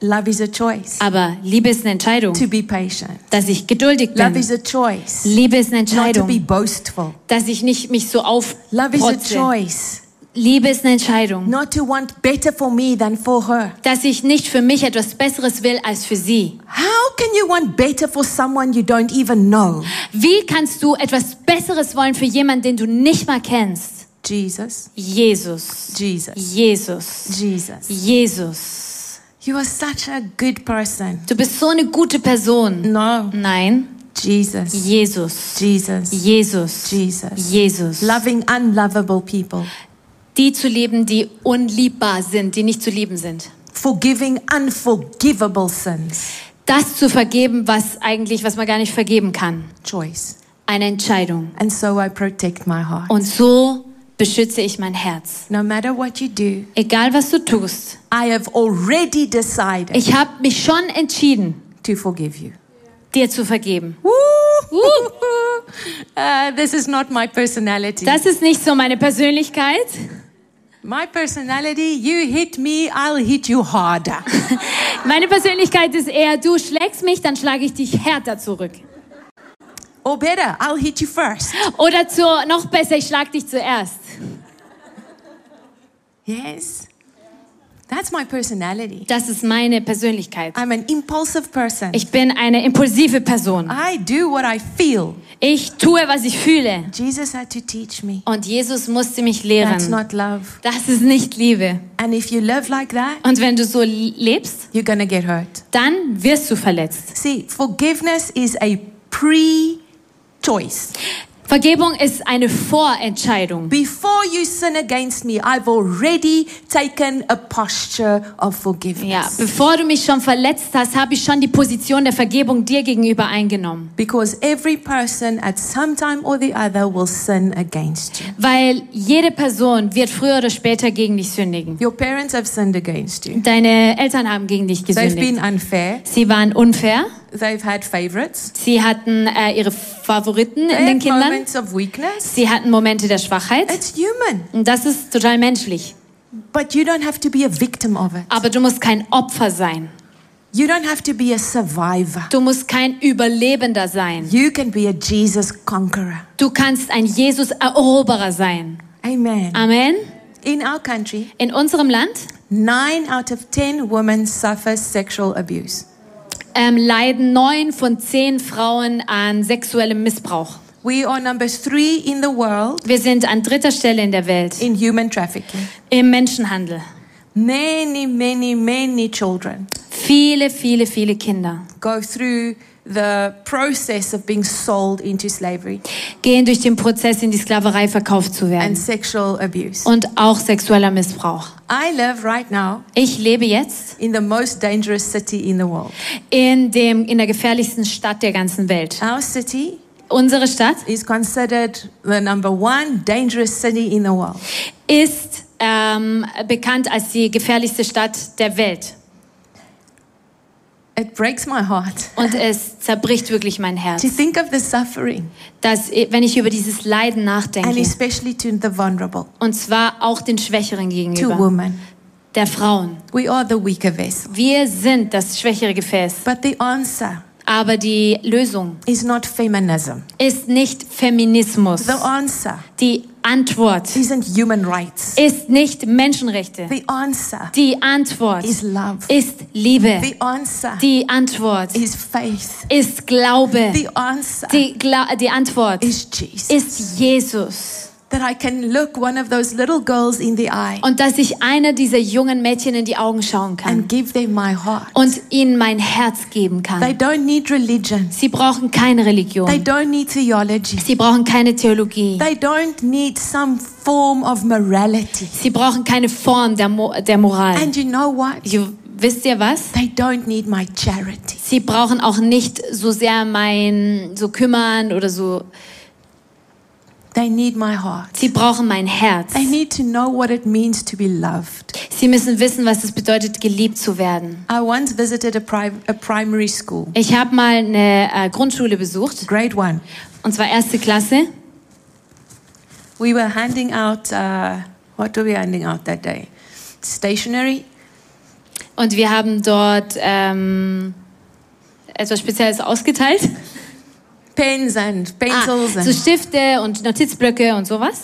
Speaker 1: Love is a choice
Speaker 2: Aber Liebe ist eine Entscheidung,
Speaker 1: to be patient.
Speaker 2: dass ich geduldig
Speaker 1: Love
Speaker 2: bin.
Speaker 1: is a choice
Speaker 2: Liebe ist eine
Speaker 1: not to be
Speaker 2: Entscheidung,
Speaker 1: boastful.
Speaker 2: dass ich nicht mich so
Speaker 1: Love is a
Speaker 2: aufprotze.
Speaker 1: choice
Speaker 2: Liebe ist eine Entscheidung,
Speaker 1: not to want better for me than for her.
Speaker 2: dass ich nicht für mich etwas Besseres will als für sie.
Speaker 1: How can you want better for someone you don't even know?
Speaker 2: Wie kannst du etwas Besseres wollen für jemanden, den du nicht mal kennst?
Speaker 1: Jesus,
Speaker 2: Jesus.
Speaker 1: Jesus,
Speaker 2: Jesus.
Speaker 1: Jesus.
Speaker 2: Jesus.
Speaker 1: You are such a good person.
Speaker 2: Du bist so eine gute Person.
Speaker 1: No,
Speaker 2: Nein.
Speaker 1: Jesus,
Speaker 2: Jesus.
Speaker 1: Jesus,
Speaker 2: Jesus.
Speaker 1: Jesus.
Speaker 2: Jesus.
Speaker 1: Loving unlovable people,
Speaker 2: Die zu lieben, die unliebbar sind, die nicht zu lieben sind.
Speaker 1: forgiving unforgivable sins.
Speaker 2: Das zu vergeben, was eigentlich, was man gar nicht vergeben kann.
Speaker 1: Choice.
Speaker 2: Eine Entscheidung.
Speaker 1: And so I protect my heart.
Speaker 2: Und so beschütze ich mein Herz.
Speaker 1: No matter what you do,
Speaker 2: Egal was du tust,
Speaker 1: I have already decided
Speaker 2: ich habe mich schon entschieden,
Speaker 1: to forgive you.
Speaker 2: dir zu vergeben.
Speaker 1: Woo! Uh, this is not my personality.
Speaker 2: Das ist nicht so meine Persönlichkeit.
Speaker 1: my personality, you hit me, I'll hit you harder.
Speaker 2: Meine Persönlichkeit ist eher, du schlägst mich, dann schlage ich dich härter zurück.
Speaker 1: or better, I'll hit you first.
Speaker 2: Oder zur, noch besser, ich schlag dich zuerst.
Speaker 1: Yes. That's my personality.
Speaker 2: Das ist meine Persönlichkeit.
Speaker 1: I'm an impulsive person.
Speaker 2: Ich bin eine impulsive Person.
Speaker 1: I do what I feel.
Speaker 2: Ich tue, was ich fühle.
Speaker 1: Jesus had to teach me.
Speaker 2: Und Jesus musste mich
Speaker 1: That's
Speaker 2: lehren.
Speaker 1: not love.
Speaker 2: Das ist nicht Liebe.
Speaker 1: And if you live like that,
Speaker 2: Und wenn du so lebst,
Speaker 1: you're going to get hurt.
Speaker 2: dann wirst du verletzt.
Speaker 1: See, forgiveness is a pre choice.
Speaker 2: Vergebung ist eine Vorentscheidung.
Speaker 1: Before you sin against me, I've already taken a posture of forgiveness.
Speaker 2: Ja, bevor du mich schon verletzt hast, habe ich schon die Position der Vergebung dir gegenüber eingenommen.
Speaker 1: Because every person at some time or the other will sin against you.
Speaker 2: Weil jede Person wird früher oder später gegen dich sündigen.
Speaker 1: Your parents have sinned against you.
Speaker 2: Deine Eltern haben gegen dich
Speaker 1: They've
Speaker 2: gesündigt.
Speaker 1: been unfair.
Speaker 2: Sie waren unfair.
Speaker 1: They've had favorites.
Speaker 2: Sie hatten äh, ihre Favoriten in
Speaker 1: They
Speaker 2: den
Speaker 1: had
Speaker 2: Kindern.
Speaker 1: moments of weakness.
Speaker 2: Sie hatten Momente der Schwachheit.
Speaker 1: It's human,
Speaker 2: Und das ist total menschlich.
Speaker 1: but you don't have to be a victim of it.
Speaker 2: Aber du musst kein Opfer sein.
Speaker 1: You don't have to be a survivor.
Speaker 2: Du musst kein Überlebender sein.
Speaker 1: You can be a Jesus conqueror.
Speaker 2: Du kannst ein Jesus-Eroberer sein.
Speaker 1: Amen.
Speaker 2: Amen.
Speaker 1: In our country,
Speaker 2: In unserem Land
Speaker 1: nine out of ten women suffer sexual abuse.
Speaker 2: ähm, leiden neun von zehn Frauen an sexuellem Missbrauch.
Speaker 1: We are number three in the world
Speaker 2: Wir sind an dritter Stelle in der Welt
Speaker 1: in human trafficking.
Speaker 2: im Menschenhandel.
Speaker 1: Many, many, many children
Speaker 2: viele, viele, viele Kinder
Speaker 1: go through the process of being sold into slavery
Speaker 2: gehen durch den Prozess, in die Sklaverei verkauft zu
Speaker 1: and
Speaker 2: werden.
Speaker 1: sexual abuse.
Speaker 2: Und auch sexueller Missbrauch.
Speaker 1: I live right now
Speaker 2: Ich lebe jetzt
Speaker 1: in the most dangerous city in the world.
Speaker 2: in, dem, in der gefährlichsten Stadt der ganzen Welt.
Speaker 1: Our city
Speaker 2: Unsere Stadt
Speaker 1: is considered the number one dangerous city in the world.
Speaker 2: ist ähm, bekannt als die gefährlichste Stadt der Welt.
Speaker 1: It breaks my heart
Speaker 2: Und es zerbricht wirklich mein
Speaker 1: to
Speaker 2: Herz,
Speaker 1: think of the suffering
Speaker 2: dass, wenn ich über dieses Leiden
Speaker 1: and
Speaker 2: nachdenke,
Speaker 1: especially to the vulnerable,
Speaker 2: und zwar auch den Schwächeren
Speaker 1: to
Speaker 2: gegenüber,
Speaker 1: women.
Speaker 2: der Frauen.
Speaker 1: We are the weaker vessel.
Speaker 2: Wir sind das schwächere Gefäß.
Speaker 1: But the answer
Speaker 2: Aber die Lösung
Speaker 1: is not feminism.
Speaker 2: ist nicht Feminismus.
Speaker 1: The answer
Speaker 2: Die Antwort
Speaker 1: isn't human rights.
Speaker 2: ist nicht Menschenrechte.
Speaker 1: The answer
Speaker 2: Die Antwort
Speaker 1: is love.
Speaker 2: ist Liebe.
Speaker 1: The answer
Speaker 2: Die Antwort
Speaker 1: is faith.
Speaker 2: ist Glaube.
Speaker 1: The answer
Speaker 2: Die, Gla die Antwort
Speaker 1: is Jesus.
Speaker 2: ist Jesus.
Speaker 1: That I can look one of those little girls in the eye
Speaker 2: Und dass ich einer dieser jungen Mädchen in die Augen schauen kann
Speaker 1: and give them my heart.
Speaker 2: und ihnen mein Herz geben
Speaker 1: They
Speaker 2: kann.
Speaker 1: don't need religion.
Speaker 2: Sie brauchen keine
Speaker 1: They
Speaker 2: Religion.
Speaker 1: don't need theology.
Speaker 2: Sie brauchen keine Theologie.
Speaker 1: They don't need some form of morality.
Speaker 2: Sie brauchen keine Form der, Mo der Moral.
Speaker 1: And you know what?
Speaker 2: Ju- wisst ihr was?
Speaker 1: They don't need my charity.
Speaker 2: Sie brauchen auch nicht so sehr mein so kümmern oder so.
Speaker 1: They need my heart.
Speaker 2: Sie brauchen mein Herz.
Speaker 1: They need to know what it means to be loved.
Speaker 2: Sie müssen wissen, was es bedeutet, geliebt zu werden.
Speaker 1: I once visited a, pri- a primary school,
Speaker 2: Ich habe mal eine äh, Grundschule besucht
Speaker 1: grade one.
Speaker 2: und zwar erste Klasse.
Speaker 1: We were handing out, uh, what were we handing out that day? Stationery.
Speaker 2: Und wir haben dort ähm, etwas Spezielles ausgeteilt.
Speaker 1: Pens and
Speaker 2: Ah,
Speaker 1: pencils
Speaker 2: so
Speaker 1: and
Speaker 2: Stifte und Notizblöcke und sowas.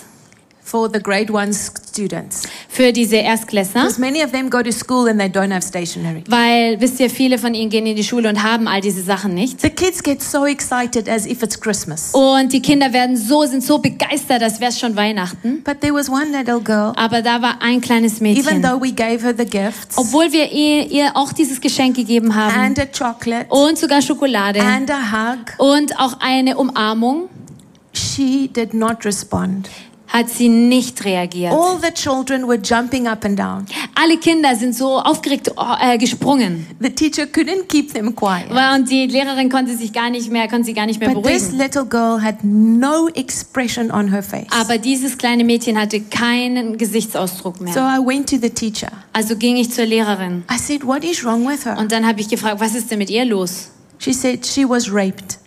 Speaker 1: for the grade one students.
Speaker 2: Für diese Erstklässler.
Speaker 1: Because many of them go to school and they don't have stationery.
Speaker 2: Weil, wisst ihr, viele von ihnen gehen in die Schule und haben all diese Sachen nicht.
Speaker 1: The kids get so excited as if it's Christmas.
Speaker 2: Und die Kinder werden so, sind so begeistert, als wäre es schon Weihnachten.
Speaker 1: But there was one little girl,
Speaker 2: Aber da war ein kleines
Speaker 1: even
Speaker 2: Mädchen.
Speaker 1: though we gave her the gifts
Speaker 2: Obwohl wir ihr, ihr auch dieses Geschenk gegeben haben
Speaker 1: and a chocolate
Speaker 2: und sogar Schokolade
Speaker 1: and a hug,
Speaker 2: und auch eine Umarmung,
Speaker 1: she did not respond.
Speaker 2: hat sie nicht reagiert.
Speaker 1: All the children were jumping up and down.
Speaker 2: Alle Kinder sind so aufgeregt oh, äh, gesprungen.
Speaker 1: The teacher couldn't keep them quiet.
Speaker 2: Weil- Und die Lehrerin konnte sich gar nicht mehr, konnte sie gar nicht mehr
Speaker 1: But this
Speaker 2: beruhigen.
Speaker 1: little girl had no expression on her face.
Speaker 2: Aber dieses kleine Mädchen hatte keinen Gesichtsausdruck
Speaker 1: So
Speaker 2: mehr.
Speaker 1: I went to the teacher.
Speaker 2: Also ging ich zur Lehrerin.
Speaker 1: I said, What is wrong with her?
Speaker 2: Und dann habe ich gefragt, was ist denn mit ihr los?
Speaker 1: She said, She was raped.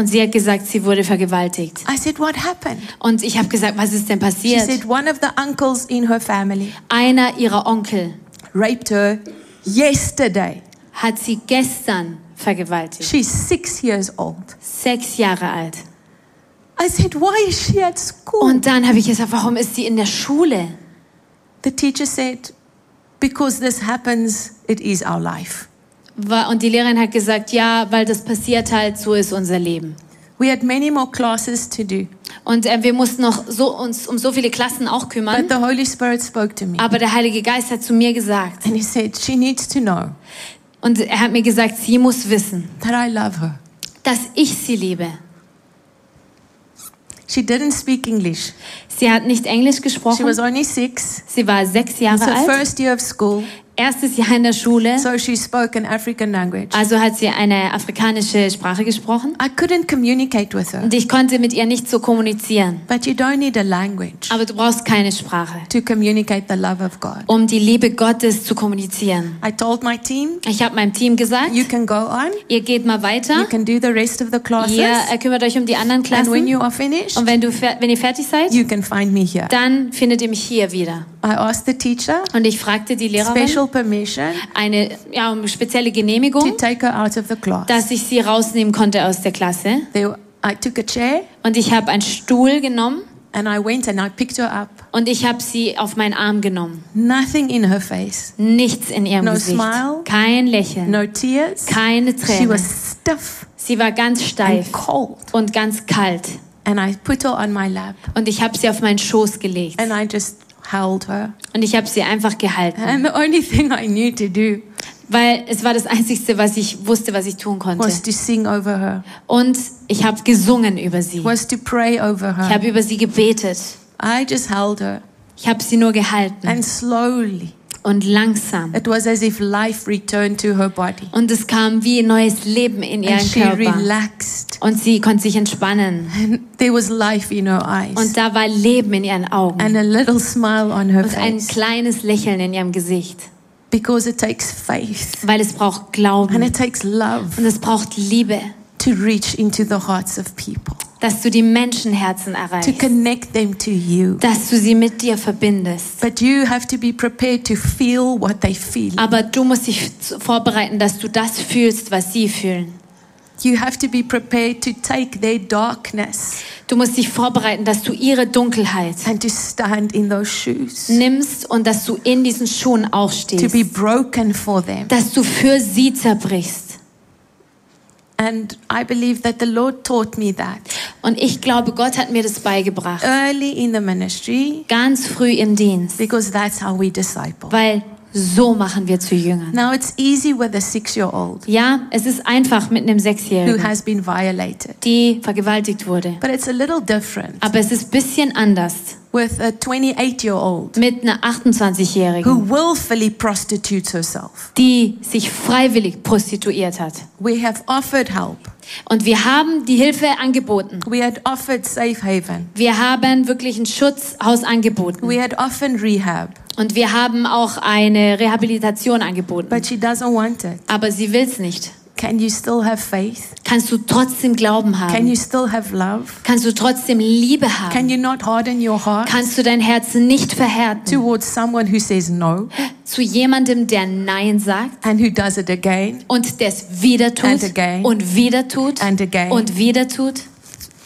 Speaker 2: Und sie hat gesagt, sie wurde vergewaltigt.
Speaker 1: I said, What happened?
Speaker 2: Und ich habe gesagt, was ist denn
Speaker 1: She
Speaker 2: passiert?
Speaker 1: said, One of the uncles in her family
Speaker 2: Einer ihrer Onkel
Speaker 1: raped her yesterday.
Speaker 2: hat sie gestern vergewaltigt.
Speaker 1: She's six years old.
Speaker 2: Sechs Jahre alt.
Speaker 1: I said, Why is she at school?
Speaker 2: Und dann habe ich gesagt, warum ist sie in der Schule?
Speaker 1: the teacher said, Because this happens, it is our life.
Speaker 2: Wa- Und die Lehrerin hat gesagt, ja, weil das passiert halt, so ist unser Leben.
Speaker 1: We had many more classes to do,
Speaker 2: Und äh, wir mussten noch so, uns um so viele Klassen auch
Speaker 1: but
Speaker 2: kümmern.
Speaker 1: the Holy Spirit spoke to me.
Speaker 2: Aber der Heilige Geist hat zu mir gesagt,
Speaker 1: And he said, She needs to know
Speaker 2: und er hat mir gesagt, sie muss wissen,
Speaker 1: that I love her.
Speaker 2: dass ich sie liebe.
Speaker 1: She didn't speak English.
Speaker 2: Sie hat nicht Englisch
Speaker 1: She
Speaker 2: gesprochen.
Speaker 1: was only six.
Speaker 2: Sie war sechs
Speaker 1: It's
Speaker 2: Jahre
Speaker 1: her
Speaker 2: alt,
Speaker 1: first year of school,
Speaker 2: erstes Jahr in der Schule.
Speaker 1: so she spoke an African language.
Speaker 2: Also hat sie eine afrikanische Sprache gesprochen
Speaker 1: I couldn't communicate with her,
Speaker 2: und ich konnte mit ihr nicht so kommunizieren.
Speaker 1: but you don't need a language
Speaker 2: Aber du brauchst keine Sprache,
Speaker 1: to communicate the love of God.
Speaker 2: um die Liebe Gottes zu kommunizieren.
Speaker 1: I told my team,
Speaker 2: Ich habe meinem Team gesagt,
Speaker 1: you can go on,
Speaker 2: ihr geht mal
Speaker 1: you
Speaker 2: weiter,
Speaker 1: can do the rest of the classes,
Speaker 2: ihr äh, kümmert euch um die anderen
Speaker 1: and when
Speaker 2: Klassen
Speaker 1: you are finished,
Speaker 2: und wenn, du, fer- wenn ihr fertig seid,
Speaker 1: you can find me here.
Speaker 2: dann findet ihr mich hier wieder.
Speaker 1: I asked the teacher
Speaker 2: Und ich fragte die Lehrerin
Speaker 1: special permission
Speaker 2: eine ja, um spezielle
Speaker 1: to
Speaker 2: Genehmigung,
Speaker 1: take her out of the class.
Speaker 2: dass ich sie rausnehmen konnte aus der Klasse.
Speaker 1: There, I took a chair
Speaker 2: Und ich habe einen Stuhl genommen
Speaker 1: and I went and I picked her up.
Speaker 2: und ich habe sie auf meinen Arm genommen.
Speaker 1: Nothing in her face,
Speaker 2: Nichts in ihrem
Speaker 1: No
Speaker 2: Gesicht.
Speaker 1: smile.
Speaker 2: Kein Lächeln.
Speaker 1: no tears.
Speaker 2: Keine
Speaker 1: She
Speaker 2: Träne.
Speaker 1: was stiff
Speaker 2: Sie war ganz
Speaker 1: and
Speaker 2: steif
Speaker 1: cold.
Speaker 2: und ganz kalt.
Speaker 1: And I put her on my lap
Speaker 2: Und ich habe sie auf meinen Schoß gelegt.
Speaker 1: and I just held her. Mm.
Speaker 2: Und ich habe sie einfach gehalten.
Speaker 1: And the only thing I knew to do
Speaker 2: weil es war das Einzige, was ich wusste, was ich tun konnte.
Speaker 1: was to sing over her,
Speaker 2: Und ich habe gesungen über sie.
Speaker 1: was to pray over
Speaker 2: Ich
Speaker 1: her.
Speaker 2: habe über sie gebetet.
Speaker 1: I just held her.
Speaker 2: Ich habe sie nur gehalten
Speaker 1: And slowly,
Speaker 2: und langsam.
Speaker 1: it was as if life returned to her body.
Speaker 2: Und es kam wie neues Leben in
Speaker 1: And
Speaker 2: ihren
Speaker 1: she
Speaker 2: Körper.
Speaker 1: relaxed.
Speaker 2: Und sie konnte sich entspannen.
Speaker 1: And there was life in her eyes.
Speaker 2: Und da war Leben in ihren Augen.
Speaker 1: And a little smile on her
Speaker 2: Und ein
Speaker 1: face.
Speaker 2: kleines Lächeln in ihrem Gesicht.
Speaker 1: Because it takes faith
Speaker 2: Weil es braucht
Speaker 1: and
Speaker 2: Glauben.
Speaker 1: it takes love
Speaker 2: Und es braucht Liebe,
Speaker 1: to reach into the hearts of people,
Speaker 2: dass du die Menschenherzen
Speaker 1: to
Speaker 2: erreichst.
Speaker 1: connect them to you.
Speaker 2: Dass du sie mit dir verbindest.
Speaker 1: But you have to be prepared to feel what they feel.
Speaker 2: Aber du musst dich zu- vorbereiten, dass du das fühlst, was sie fühlen.
Speaker 1: You have to be prepared to take their darkness
Speaker 2: Du musst dich vorbereiten, dass du ihre Dunkelheit
Speaker 1: and to stand in those shoes,
Speaker 2: nimmst und dass du in diesen Schuhen
Speaker 1: to
Speaker 2: aufstehst.
Speaker 1: be broken for them.
Speaker 2: Dass du für sie zerbrichst.
Speaker 1: And I believe that the Lord taught me that
Speaker 2: Und ich glaube, Gott hat mir das beigebracht.
Speaker 1: early in the ministry
Speaker 2: Ganz früh im Dienst.
Speaker 1: because that's how we disciple.
Speaker 2: Weil so machen wir zu Jüngern.
Speaker 1: Now it's easy with a six year old
Speaker 2: Ja, es ist einfach mit einem
Speaker 1: who
Speaker 2: Sechsjährigen,
Speaker 1: has been violated,
Speaker 2: die vergewaltigt wurde.
Speaker 1: but it's a little different
Speaker 2: Aber es ist ein bisschen anders
Speaker 1: with a 28 year old
Speaker 2: mit einer
Speaker 1: who
Speaker 2: 28-Jährigen,
Speaker 1: willfully prostitutes herself.
Speaker 2: die sich freiwillig prostituiert hat.
Speaker 1: We have offered help,
Speaker 2: Und wir haben die Hilfe angeboten.
Speaker 1: we had offered safe haven,
Speaker 2: Wir haben wirklich ein Schutzhaus angeboten.
Speaker 1: we had offered rehab,
Speaker 2: Und wir haben auch eine Rehabilitation angeboten.
Speaker 1: but she doesn't want it.
Speaker 2: Aber sie will's nicht.
Speaker 1: Can you still have faith?
Speaker 2: Kannst du trotzdem Glauben
Speaker 1: Can
Speaker 2: haben?
Speaker 1: you still have love?
Speaker 2: Kannst du trotzdem Liebe haben?
Speaker 1: Can you not harden your heart
Speaker 2: Kannst du dein Herz nicht verhärten
Speaker 1: towards someone who says no
Speaker 2: zu jemandem, der Nein sagt
Speaker 1: and who does it again?
Speaker 2: und des wieder tut
Speaker 1: And again.
Speaker 2: und wieder tut
Speaker 1: And again.
Speaker 2: und wieder tut?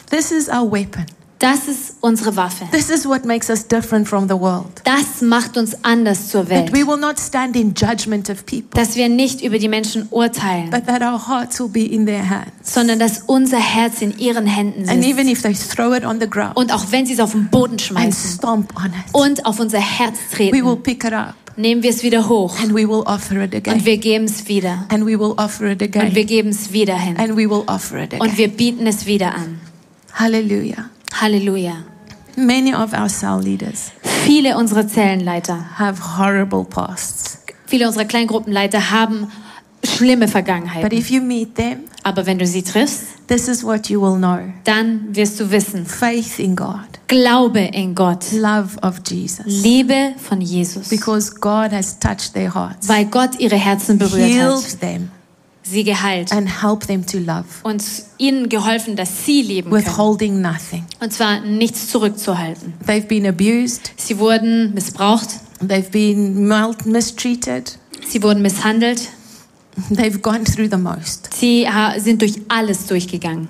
Speaker 1: This is our weapon.
Speaker 2: Das ist unsere Waffe.
Speaker 1: This is what makes us different from the world.
Speaker 2: Das macht uns anders zur
Speaker 1: That we
Speaker 2: Welt.
Speaker 1: will not stand in judgment of people,
Speaker 2: Dass wir nicht über die Menschen urteilen,
Speaker 1: but that our hearts will be in their hands.
Speaker 2: sondern dass unser Herz in ihren Händen
Speaker 1: And
Speaker 2: ist.
Speaker 1: even if they throw it on the ground
Speaker 2: Und auch wenn sie es auf den Boden
Speaker 1: and
Speaker 2: schmeißen
Speaker 1: stomp on it,
Speaker 2: und auf unser Herz
Speaker 1: we will
Speaker 2: treten,
Speaker 1: pick it up
Speaker 2: nehmen wir es wieder hoch
Speaker 1: and we will offer it
Speaker 2: und
Speaker 1: again.
Speaker 2: wir geben es wieder.
Speaker 1: And we will offer it
Speaker 2: Und wir
Speaker 1: again.
Speaker 2: geben es wieder hin.
Speaker 1: And we will offer it
Speaker 2: Und
Speaker 1: again.
Speaker 2: wir bieten es wieder an.
Speaker 1: Hallelujah.
Speaker 2: Halleluja.
Speaker 1: Many of our cell leaders
Speaker 2: Viele unserer Zellenleiter,
Speaker 1: have horrible pasts.
Speaker 2: viele unserer Kleingruppenleiter haben schlimme
Speaker 1: But
Speaker 2: Vergangenheiten.
Speaker 1: if you meet them,
Speaker 2: Aber wenn du sie triffst,
Speaker 1: this is what you will know
Speaker 2: dann wirst du wissen,
Speaker 1: faith in God,
Speaker 2: Glaube in Gott,
Speaker 1: love of Jesus.
Speaker 2: Liebe von Jesus,
Speaker 1: Because God has touched their hearts,
Speaker 2: weil Gott ihre Herzen berührt
Speaker 1: healed
Speaker 2: hat,
Speaker 1: them,
Speaker 2: sie geheilt
Speaker 1: and helped them to love
Speaker 2: und ihnen geholfen, dass sie leben können.
Speaker 1: withholding nothing.
Speaker 2: Und zwar nichts zurückzuhalten.
Speaker 1: They've been abused,
Speaker 2: Sie wurden missbraucht,
Speaker 1: they've been mal- mistreated,
Speaker 2: sie wurden misshandelt,
Speaker 1: they've gone through the most.
Speaker 2: sie ha- sind durch alles durchgegangen.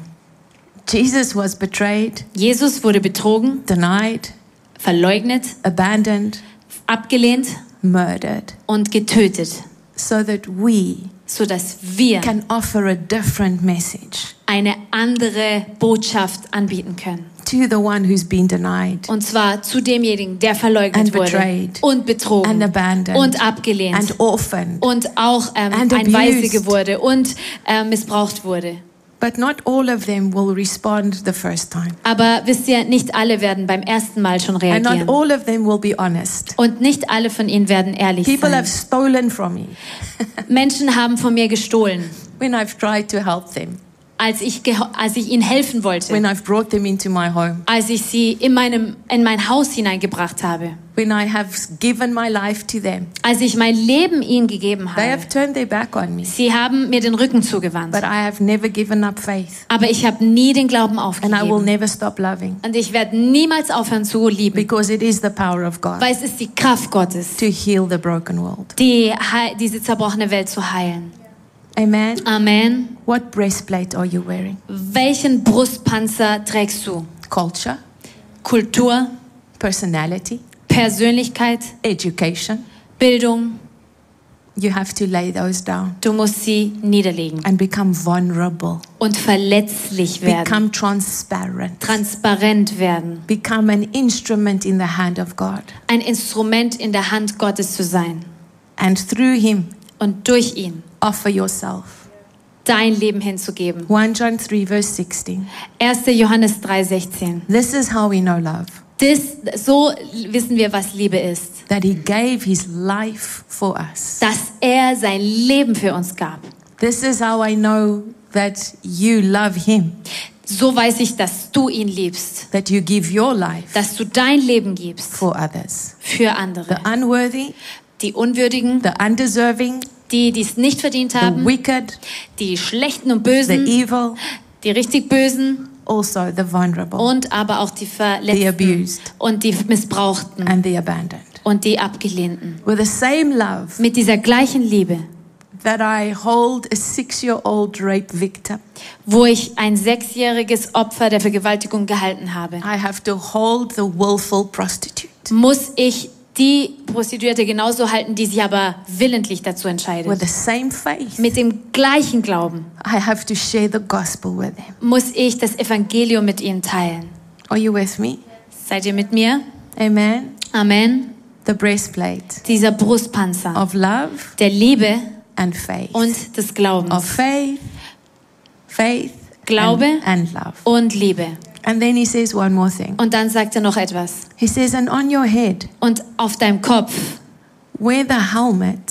Speaker 1: Jesus was betrayed,
Speaker 2: Jesus wurde betrogen,
Speaker 1: denied,
Speaker 2: verleugnet,
Speaker 1: abandoned,
Speaker 2: abgelehnt
Speaker 1: murdered,
Speaker 2: und getötet,
Speaker 1: so that we
Speaker 2: sodass wir
Speaker 1: can offer a different message
Speaker 2: eine andere Botschaft anbieten können.
Speaker 1: to the one who's been denied
Speaker 2: Und zwar zu demjenigen, der verleugnet
Speaker 1: And
Speaker 2: wurde
Speaker 1: betrayed.
Speaker 2: und betrogen
Speaker 1: and abandoned
Speaker 2: und abgelehnt
Speaker 1: and orphaned.
Speaker 2: und auch ähm,
Speaker 1: And
Speaker 2: ein Weisige
Speaker 1: abused.
Speaker 2: wurde und äh, missbraucht wurde.
Speaker 1: But not all of them will respond the first time.
Speaker 2: Aber wisst ihr, nicht alle werden beim ersten Mal schon
Speaker 1: And not
Speaker 2: reagieren.
Speaker 1: all of them will be honest.
Speaker 2: Und nicht alle von ihnen werden ehrlich
Speaker 1: People have
Speaker 2: sein.
Speaker 1: stolen from me
Speaker 2: Menschen haben von mir gestohlen,
Speaker 1: when I've tried to help them,
Speaker 2: als ich, geho- als ich ihnen helfen wollte,
Speaker 1: when I've brought them into my home,
Speaker 2: als ich sie in, meinem, in mein Haus hineingebracht habe,
Speaker 1: when I have given my life to them.
Speaker 2: als ich mein Leben ihnen gegeben
Speaker 1: They
Speaker 2: habe.
Speaker 1: have turned their back on me,
Speaker 2: Sie haben mir den Rücken zugewandt.
Speaker 1: but I have never given up faith.
Speaker 2: Aber ich habe nie den
Speaker 1: And
Speaker 2: Glauben
Speaker 1: I will
Speaker 2: aufgegeben.
Speaker 1: never stop loving
Speaker 2: Und ich werde niemals aufhören zu lieben,
Speaker 1: because it is the power of God
Speaker 2: weil es ist die Kraft Gottes,
Speaker 1: to heal the broken world.
Speaker 2: die, hei- diese zerbrochene Welt zu heilen.
Speaker 1: Amen.
Speaker 2: Ah. Amen.
Speaker 1: What breastplate are you wearing?
Speaker 2: Welchen Brustpanzer trägst du?
Speaker 1: Culture,
Speaker 2: Kultur,
Speaker 1: personality,
Speaker 2: Persönlichkeit,
Speaker 1: education.
Speaker 2: Bildung.
Speaker 1: You have to lay those down
Speaker 2: Du musst sie niederlegen
Speaker 1: and become vulnerable,
Speaker 2: und verletzlich werden,
Speaker 1: become transparent,
Speaker 2: transparent werden,
Speaker 1: become an instrument in the hand of God.
Speaker 2: ein Instrument in der Hand Gottes zu sein
Speaker 1: And through Him,
Speaker 2: und durch ihn
Speaker 1: offer yourself.
Speaker 2: dein Leben hinzugeben.
Speaker 1: 1 John 3, verse 16.
Speaker 2: 1. Johannes 3,16.
Speaker 1: This is how we know love
Speaker 2: Das, so wissen wir, was Liebe ist.
Speaker 1: that he gave his life for us.
Speaker 2: Dass er sein Leben für uns gab.
Speaker 1: This is how I know that you love him,
Speaker 2: So weiß ich, dass du ihn liebst.
Speaker 1: that you give your life
Speaker 2: Dass du dein Leben gibst
Speaker 1: for others.
Speaker 2: für
Speaker 1: The
Speaker 2: andere.
Speaker 1: unworthy,
Speaker 2: Die Unwürdigen,
Speaker 1: the undeserving,
Speaker 2: die, die es nicht verdient
Speaker 1: the
Speaker 2: haben,
Speaker 1: wicked,
Speaker 2: die Schlechten und
Speaker 1: the
Speaker 2: Bösen,
Speaker 1: evil,
Speaker 2: die richtig Bösen
Speaker 1: also the vulnerable,
Speaker 2: und aber auch die
Speaker 1: the
Speaker 2: Verletzten
Speaker 1: abused,
Speaker 2: und die Missbrauchten
Speaker 1: and the abandoned.
Speaker 2: und die Abgelehnten.
Speaker 1: With the same love
Speaker 2: Mit dieser gleichen Liebe,
Speaker 1: that I hold a six year old rape victim,
Speaker 2: wo ich ein sechsjähriges Opfer der Vergewaltigung gehalten habe,
Speaker 1: I have to hold the willful prostitute.
Speaker 2: muss ich die Prostituierte genauso halten, die sich aber willentlich dazu
Speaker 1: With
Speaker 2: entscheidet.
Speaker 1: the same faith,
Speaker 2: Mit dem gleichen Glauben
Speaker 1: I have to share the gospel with them.
Speaker 2: muss ich das Evangelium mit ihnen teilen.
Speaker 1: Are you with me?
Speaker 2: Seid ihr mit mir?
Speaker 1: Amen.
Speaker 2: Amen.
Speaker 1: The breastplate
Speaker 2: Dieser Brustpanzer
Speaker 1: of love
Speaker 2: der Liebe
Speaker 1: and faith.
Speaker 2: und des
Speaker 1: Of
Speaker 2: Glaubens.
Speaker 1: faith, faith,
Speaker 2: Glaube.
Speaker 1: and, and love.
Speaker 2: Und Liebe.
Speaker 1: And then he says one more thing.
Speaker 2: Und dann sagt er noch etwas.
Speaker 1: He says, And on your head,
Speaker 2: Und auf deinem Kopf
Speaker 1: wear the helmet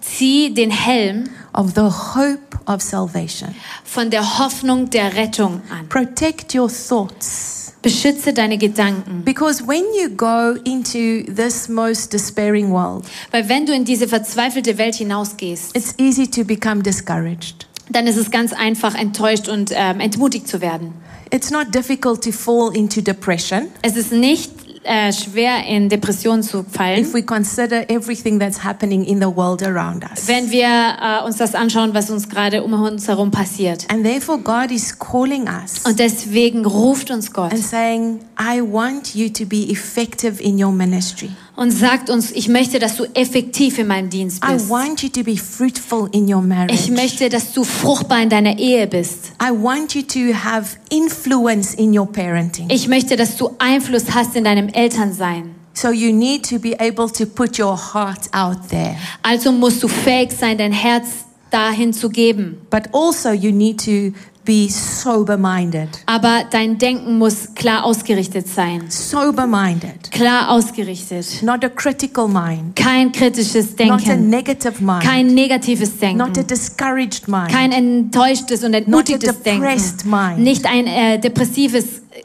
Speaker 2: zieh den Helm
Speaker 1: of the hope of salvation.
Speaker 2: von der Hoffnung der Rettung an.
Speaker 1: Protect your thoughts.
Speaker 2: Beschütze deine Gedanken.
Speaker 1: Because when you go into this most despairing world,
Speaker 2: Weil wenn du in diese verzweifelte Welt hinausgehst,
Speaker 1: it's easy to become discouraged.
Speaker 2: dann ist es ganz einfach, enttäuscht und ähm, entmutigt zu werden.
Speaker 1: It's not difficult to fall into depression
Speaker 2: Es ist nicht äh, schwer, in Depressionen zu
Speaker 1: if
Speaker 2: fallen,
Speaker 1: we consider everything that's happening in the world around us.
Speaker 2: wenn wir äh, uns das anschauen, was uns gerade um uns herum passiert.
Speaker 1: And therefore, God is calling us
Speaker 2: Und deswegen ruft uns Gott
Speaker 1: and saying, I want you to be effective in your ministry.
Speaker 2: und sagt uns, ich möchte, dass du effektiv in meinem Dienst
Speaker 1: I
Speaker 2: bist.
Speaker 1: want you to be fruitful in your
Speaker 2: Ich
Speaker 1: marriage.
Speaker 2: möchte, dass du fruchtbar in deiner Ehe bist.
Speaker 1: I want you to have influence in your parenting.
Speaker 2: Ich möchte, dass du Einfluss hast in deinem Elternsein.
Speaker 1: So you need to be able to put your heart out there.
Speaker 2: Also musst du fähig sein, dein Herz dahin zu geben.
Speaker 1: But also, you need to be sober minded.
Speaker 2: Aber dein Denken muss klar ausgerichtet sein.
Speaker 1: Sober minded.
Speaker 2: Klar ausgerichtet.
Speaker 1: Not a critical mind.
Speaker 2: Kein kritisches
Speaker 1: Not a
Speaker 2: Denken.
Speaker 1: negative mind.
Speaker 2: Kein negatives
Speaker 1: not a
Speaker 2: Denken.
Speaker 1: discouraged mind.
Speaker 2: Kein enttäuschtes und
Speaker 1: not a
Speaker 2: entmutigtes
Speaker 1: depressed
Speaker 2: Denken.
Speaker 1: mind.
Speaker 2: Nicht ein äh, depressives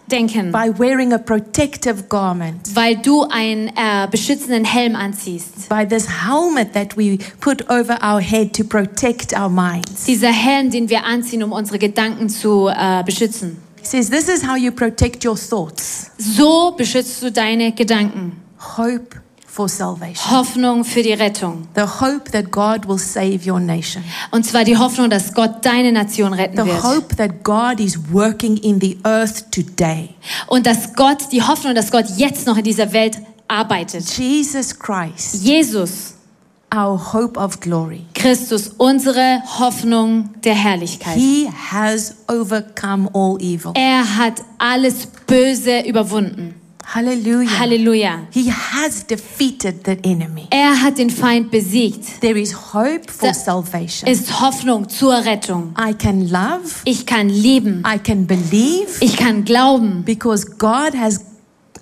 Speaker 2: Denken.
Speaker 1: By wearing a protective garment.
Speaker 2: Weil du einen äh, beschützenden Helm anziehst.
Speaker 1: By this helmet that we put over our head to protect our minds.
Speaker 2: Dieser Helm, den wir anziehen, um unsere Gedanken zu äh, beschützen.
Speaker 1: He says, This is how you protect your thoughts.
Speaker 2: So beschützt du deine Gedanken.
Speaker 1: Hope for salvation.
Speaker 2: Hoffnung für die Rettung.
Speaker 1: The hope that God will save your nation.
Speaker 2: Und zwar die Hoffnung, dass Gott deine Nation retten
Speaker 1: The
Speaker 2: wird.
Speaker 1: hope that God is working in the earth today.
Speaker 2: Und dass Gott, die Hoffnung, dass Gott jetzt noch in dieser Welt arbeitet.
Speaker 1: Jesus Christ.
Speaker 2: Jesus
Speaker 1: our hope of glory.
Speaker 2: Christus, unsere Hoffnung der Herrlichkeit.
Speaker 1: He has overcome all evil.
Speaker 2: Er hat alles Böse überwunden.
Speaker 1: Hallelujah.
Speaker 2: Halleluja.
Speaker 1: He has defeated the enemy.
Speaker 2: Er hat den Feind besiegt.
Speaker 1: There is hope for
Speaker 2: Da-
Speaker 1: salvation.
Speaker 2: Ist Hoffnung zur Rettung.
Speaker 1: I can love,
Speaker 2: Ich kann lieben.
Speaker 1: I can believe
Speaker 2: Ich kann glauben,
Speaker 1: because God has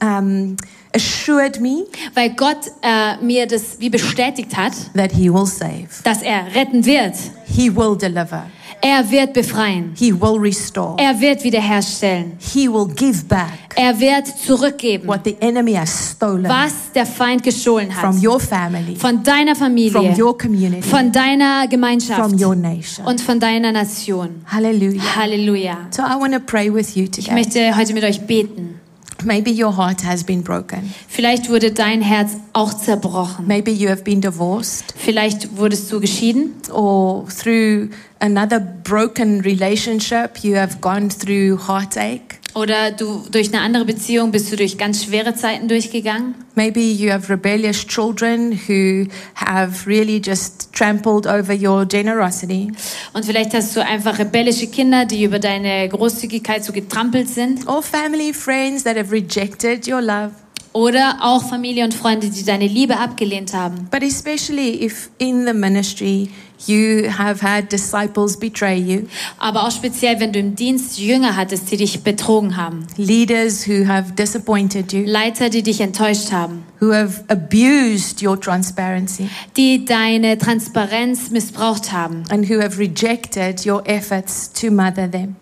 Speaker 1: um, assured me
Speaker 2: weil Gott äh, mir das wie bestätigt hat,
Speaker 1: that He will save,
Speaker 2: dass er retten wird.
Speaker 1: He will deliver,
Speaker 2: Er wird befreien.
Speaker 1: He will restore,
Speaker 2: Er wird wiederherstellen.
Speaker 1: He will give back
Speaker 2: Er wird zurückgeben,
Speaker 1: what the enemy has stolen
Speaker 2: was der Feind gestohlen hat.
Speaker 1: from your family,
Speaker 2: Von deiner
Speaker 1: from
Speaker 2: Familie,
Speaker 1: your community,
Speaker 2: von deiner Gemeinschaft
Speaker 1: from your nation.
Speaker 2: und von deiner Nation.
Speaker 1: Hallelujah.
Speaker 2: Halleluja.
Speaker 1: So I want to pray with you
Speaker 2: Ich
Speaker 1: today.
Speaker 2: möchte heute mit euch beten.
Speaker 1: Maybe your heart has been broken.
Speaker 2: Vielleicht wurde dein Herz auch zerbrochen.
Speaker 1: Maybe you have been divorced
Speaker 2: Vielleicht wurdest du geschieden
Speaker 1: or through another broken relationship you have gone through heartache.
Speaker 2: oder du durch eine andere Beziehung bist du durch ganz schwere Zeiten durchgegangen.
Speaker 1: Maybe you have rebellious children who have really just trampled over your generosity.
Speaker 2: Und vielleicht hast du einfach rebellische Kinder, die über deine Großzügigkeit so getrampelt sind.
Speaker 1: Or family, friends that have rejected your love.
Speaker 2: Oder auch Familie und Freunde, die deine Liebe abgelehnt haben.
Speaker 1: But especially if in the ministry you have had disciples betray you,
Speaker 2: Aber auch speziell, wenn du im Dienst Jünger hattest, die dich betrogen haben.
Speaker 1: leaders who have disappointed you,
Speaker 2: Leiter, die dich enttäuscht haben.
Speaker 1: who have abused your transparency,
Speaker 2: Die deine Transparenz missbraucht haben.
Speaker 1: and who have rejected your efforts to mother them.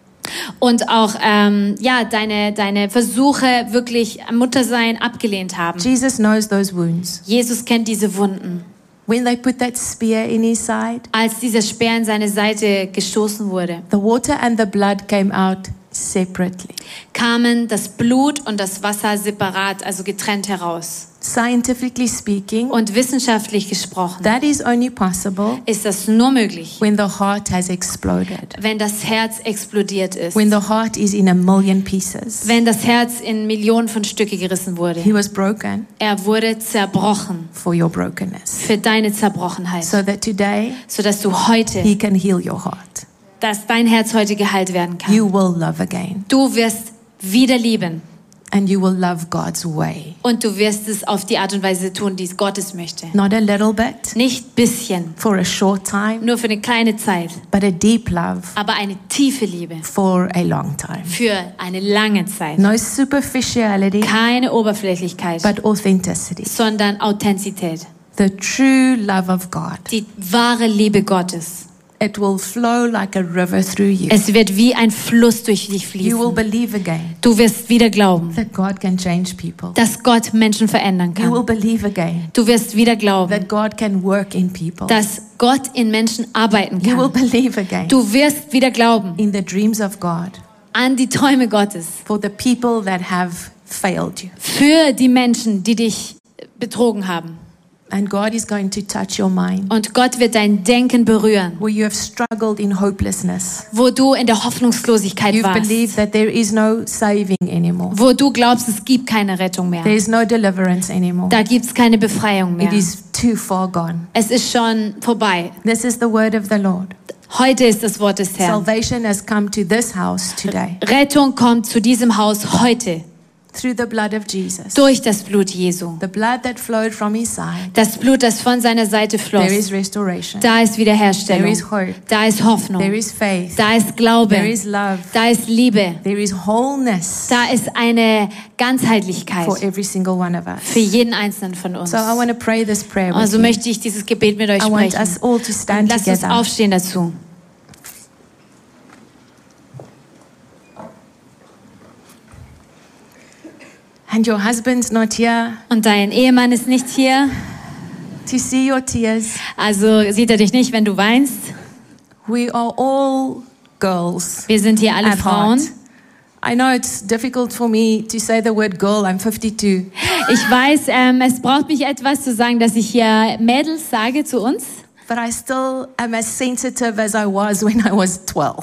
Speaker 2: Und auch, ähm, ja, deine, deine Versuche wirklich am Muttersein abgelehnt haben.
Speaker 1: Jesus knows those wounds.
Speaker 2: Jesus kennt diese Wunden.
Speaker 1: When they put that spear in his side,
Speaker 2: Als dieser Speer in seine Seite gestoßen wurde,
Speaker 1: the water and the blood came out separately.
Speaker 2: kamen das Blut und das Wasser separat, also getrennt heraus.
Speaker 1: Scientifically speaking,
Speaker 2: Und wissenschaftlich gesprochen
Speaker 1: that is only possible
Speaker 2: ist das nur möglich,
Speaker 1: when the heart has exploded,
Speaker 2: wenn das Herz explodiert ist,
Speaker 1: when the heart is in a million pieces.
Speaker 2: wenn das Herz in Millionen von Stücke gerissen wurde.
Speaker 1: He was broken
Speaker 2: Er wurde zerbrochen
Speaker 1: for your brokenness.
Speaker 2: für deine Zerbrochenheit,
Speaker 1: So that today,
Speaker 2: sodass du heute,
Speaker 1: He can heal your heart.
Speaker 2: dass dein Herz heute geheilt werden kann.
Speaker 1: You will love again,
Speaker 2: Du wirst wieder lieben
Speaker 1: and you will love God's way.
Speaker 2: und du wirst es auf die Art und Weise tun, die es Gottes möchte.
Speaker 1: Not a little bit
Speaker 2: Nicht bisschen,
Speaker 1: for a short time,
Speaker 2: nur für eine kleine Zeit,
Speaker 1: but a deep love
Speaker 2: aber eine tiefe Liebe
Speaker 1: for a long time.
Speaker 2: für eine lange Zeit.
Speaker 1: No superficiality,
Speaker 2: Keine Oberflächlichkeit,
Speaker 1: but authenticity.
Speaker 2: sondern Authentizität.
Speaker 1: The true love of God.
Speaker 2: Die wahre Liebe Gottes.
Speaker 1: It will flow like a river through you.
Speaker 2: Es wird wie ein Fluss durch dich
Speaker 1: You will
Speaker 2: fließen.
Speaker 1: believe again
Speaker 2: Du wirst wieder glauben,
Speaker 1: that God can change people.
Speaker 2: dass Gott Menschen verändern
Speaker 1: You will
Speaker 2: kann.
Speaker 1: believe again
Speaker 2: Du wirst wieder glauben,
Speaker 1: that God can work in people.
Speaker 2: dass Gott in Menschen arbeiten
Speaker 1: You will
Speaker 2: kann.
Speaker 1: believe again
Speaker 2: Du wirst wieder glauben
Speaker 1: in the dreams of God
Speaker 2: an die Träume Gottes
Speaker 1: for the people that have failed you.
Speaker 2: für die Menschen, die dich betrogen haben.
Speaker 1: And God is going to touch your mind
Speaker 2: Und Gott wird dein Denken berühren,
Speaker 1: where you have struggled in hopelessness.
Speaker 2: wo du in der Hoffnungslosigkeit
Speaker 1: You've
Speaker 2: warst,
Speaker 1: believed that there is no saving anymore.
Speaker 2: wo du glaubst, es gibt keine Rettung mehr.
Speaker 1: There is no deliverance anymore.
Speaker 2: Da gibt's keine Befreiung mehr.
Speaker 1: It is too far gone.
Speaker 2: Es ist schon vorbei.
Speaker 1: This is the word of the Lord.
Speaker 2: Heute ist das Wort des Herrn.
Speaker 1: Salvation has come to this house today
Speaker 2: Rettung kommt zu diesem Haus heute
Speaker 1: through the blood of Jesus.
Speaker 2: durch das Blut Jesu.
Speaker 1: The blood that flowed from his side.
Speaker 2: Das Blut, das von seiner Seite
Speaker 1: There
Speaker 2: floss.
Speaker 1: is restoration.
Speaker 2: Da ist
Speaker 1: There
Speaker 2: Wiederherstellung.
Speaker 1: is hope.
Speaker 2: Da ist
Speaker 1: There
Speaker 2: Hoffnung.
Speaker 1: is faith.
Speaker 2: Da ist Glaube.
Speaker 1: There is love.
Speaker 2: Da ist Liebe.
Speaker 1: There is wholeness
Speaker 2: Da ist eine
Speaker 1: for
Speaker 2: Ganzheitlichkeit
Speaker 1: every single one of
Speaker 2: für
Speaker 1: us.
Speaker 2: jeden einzelnen von uns.
Speaker 1: So I want to pray this prayer with
Speaker 2: Also
Speaker 1: you.
Speaker 2: möchte ich dieses Gebet mit euch
Speaker 1: I want us
Speaker 2: sprechen.
Speaker 1: all to
Speaker 2: Und
Speaker 1: stand
Speaker 2: lasst uns
Speaker 1: together.
Speaker 2: aufstehen dazu.
Speaker 1: And your husband's not here
Speaker 2: Und dein Ehemann ist nicht hier,
Speaker 1: to see your tears.
Speaker 2: also sieht er dich nicht, wenn du weinst.
Speaker 1: We are all girls.
Speaker 2: Wir sind hier alle
Speaker 1: at heart.
Speaker 2: Frauen.
Speaker 1: I know it's difficult for me to say the word girl. I'm 52.
Speaker 2: Ich weiß, ähm, es braucht mich etwas zu sagen, dass ich hier Mädels sage zu uns.
Speaker 1: But I still am as sensitive as I was when I was 12.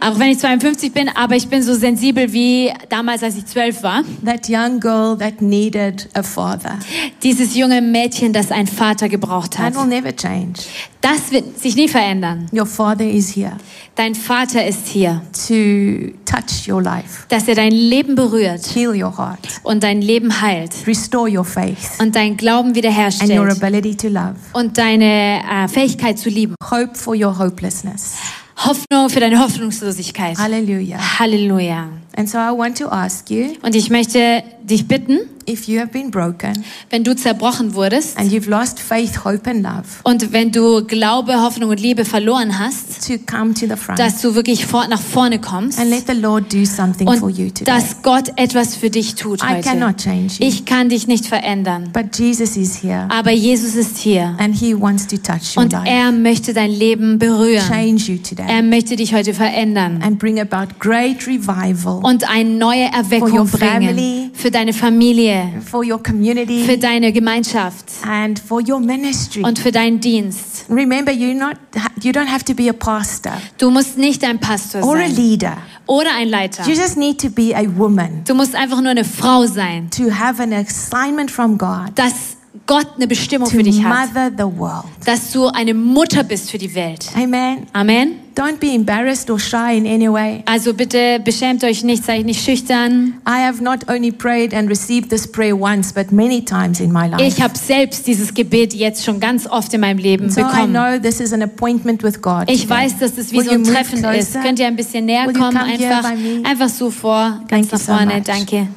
Speaker 2: Auch wenn ich 52 bin, aber ich bin so sensibel wie damals, als ich 12 war.
Speaker 1: That young girl that needed a father.
Speaker 2: Dieses junge Mädchen, das ein Vater gebraucht
Speaker 1: That
Speaker 2: hat.
Speaker 1: will never change.
Speaker 2: Das wird sich nie verändern.
Speaker 1: Your father is here
Speaker 2: Dein Vater ist hier,
Speaker 1: to touch your life,
Speaker 2: dass er dein Leben berührt
Speaker 1: heal your heart,
Speaker 2: und dein Leben heilt
Speaker 1: restore your faith
Speaker 2: und deinen Glauben
Speaker 1: and your
Speaker 2: wiederherstellt
Speaker 1: ability to love.
Speaker 2: und deine äh, Fähigkeit zu lieben.
Speaker 1: Hope for your hopelessness.
Speaker 2: Hoffnung für deine Hoffnungslosigkeit.
Speaker 1: Hallelujah.
Speaker 2: Halleluja.
Speaker 1: And so I want to ask you
Speaker 2: Und ich möchte dich bitten,
Speaker 1: if you have been broken
Speaker 2: wenn du zerbrochen wurdest,
Speaker 1: and you've lost faith, hope, and love
Speaker 2: Und wenn du Glaube, Hoffnung und Liebe verloren hast,
Speaker 1: to come to the front.
Speaker 2: dass du wirklich vor, nach vorne kommst
Speaker 1: And let the Lord do something for you
Speaker 2: und
Speaker 1: today.
Speaker 2: dass Gott etwas für dich tut
Speaker 1: I
Speaker 2: heute.
Speaker 1: cannot change you.
Speaker 2: Ich kann dich nicht verändern,
Speaker 1: But Jesus is here
Speaker 2: aber Jesus ist hier
Speaker 1: and he wants to touch your
Speaker 2: und
Speaker 1: life,
Speaker 2: er möchte dein Leben berühren.
Speaker 1: change you
Speaker 2: Er
Speaker 1: today,
Speaker 2: möchte dich heute verändern
Speaker 1: and bring about great revival
Speaker 2: und eine neue
Speaker 1: For your
Speaker 2: Erweckung
Speaker 1: family.
Speaker 2: bringen für deine Familie,
Speaker 1: for your
Speaker 2: für
Speaker 1: community
Speaker 2: deine Gemeinschaft
Speaker 1: and for your ministry.
Speaker 2: und für deinen Dienst.
Speaker 1: Remember, you not you don't have to be a pastor
Speaker 2: Du musst nicht ein Pastor
Speaker 1: or a
Speaker 2: sein
Speaker 1: leader.
Speaker 2: oder ein Leiter.
Speaker 1: You just need to be a woman
Speaker 2: Du musst einfach nur eine Frau sein.
Speaker 1: to have an assignment from God
Speaker 2: dass Gott eine Bestimmung für
Speaker 1: to
Speaker 2: dich hat.
Speaker 1: mother the world.
Speaker 2: Dass du eine Mutter bist für die Welt.
Speaker 1: Amen.
Speaker 2: Amen.
Speaker 1: Don't be embarrassed or shy in any way.
Speaker 2: Also bitte beschämt euch nicht, seid nicht schüchtern.
Speaker 1: I have not only prayed and received this prayer once, but many times in my life.
Speaker 2: Ich habe selbst dieses Gebet jetzt schon ganz oft in meinem Leben
Speaker 1: So I
Speaker 2: bekommen.
Speaker 1: know this is an appointment with God.
Speaker 2: Ich
Speaker 1: today.
Speaker 2: weiß, dass es wie
Speaker 1: Will
Speaker 2: so
Speaker 1: you
Speaker 2: ein
Speaker 1: move
Speaker 2: Treffen
Speaker 1: closer?
Speaker 2: ist. Könnt ihr ein bisschen näher
Speaker 1: Will you
Speaker 2: kommen?
Speaker 1: come here
Speaker 2: Einfach,
Speaker 1: by me?
Speaker 2: einfach so vor,
Speaker 1: Thank
Speaker 2: ganz
Speaker 1: you
Speaker 2: nach
Speaker 1: so
Speaker 2: vorne.
Speaker 1: much.
Speaker 2: Danke.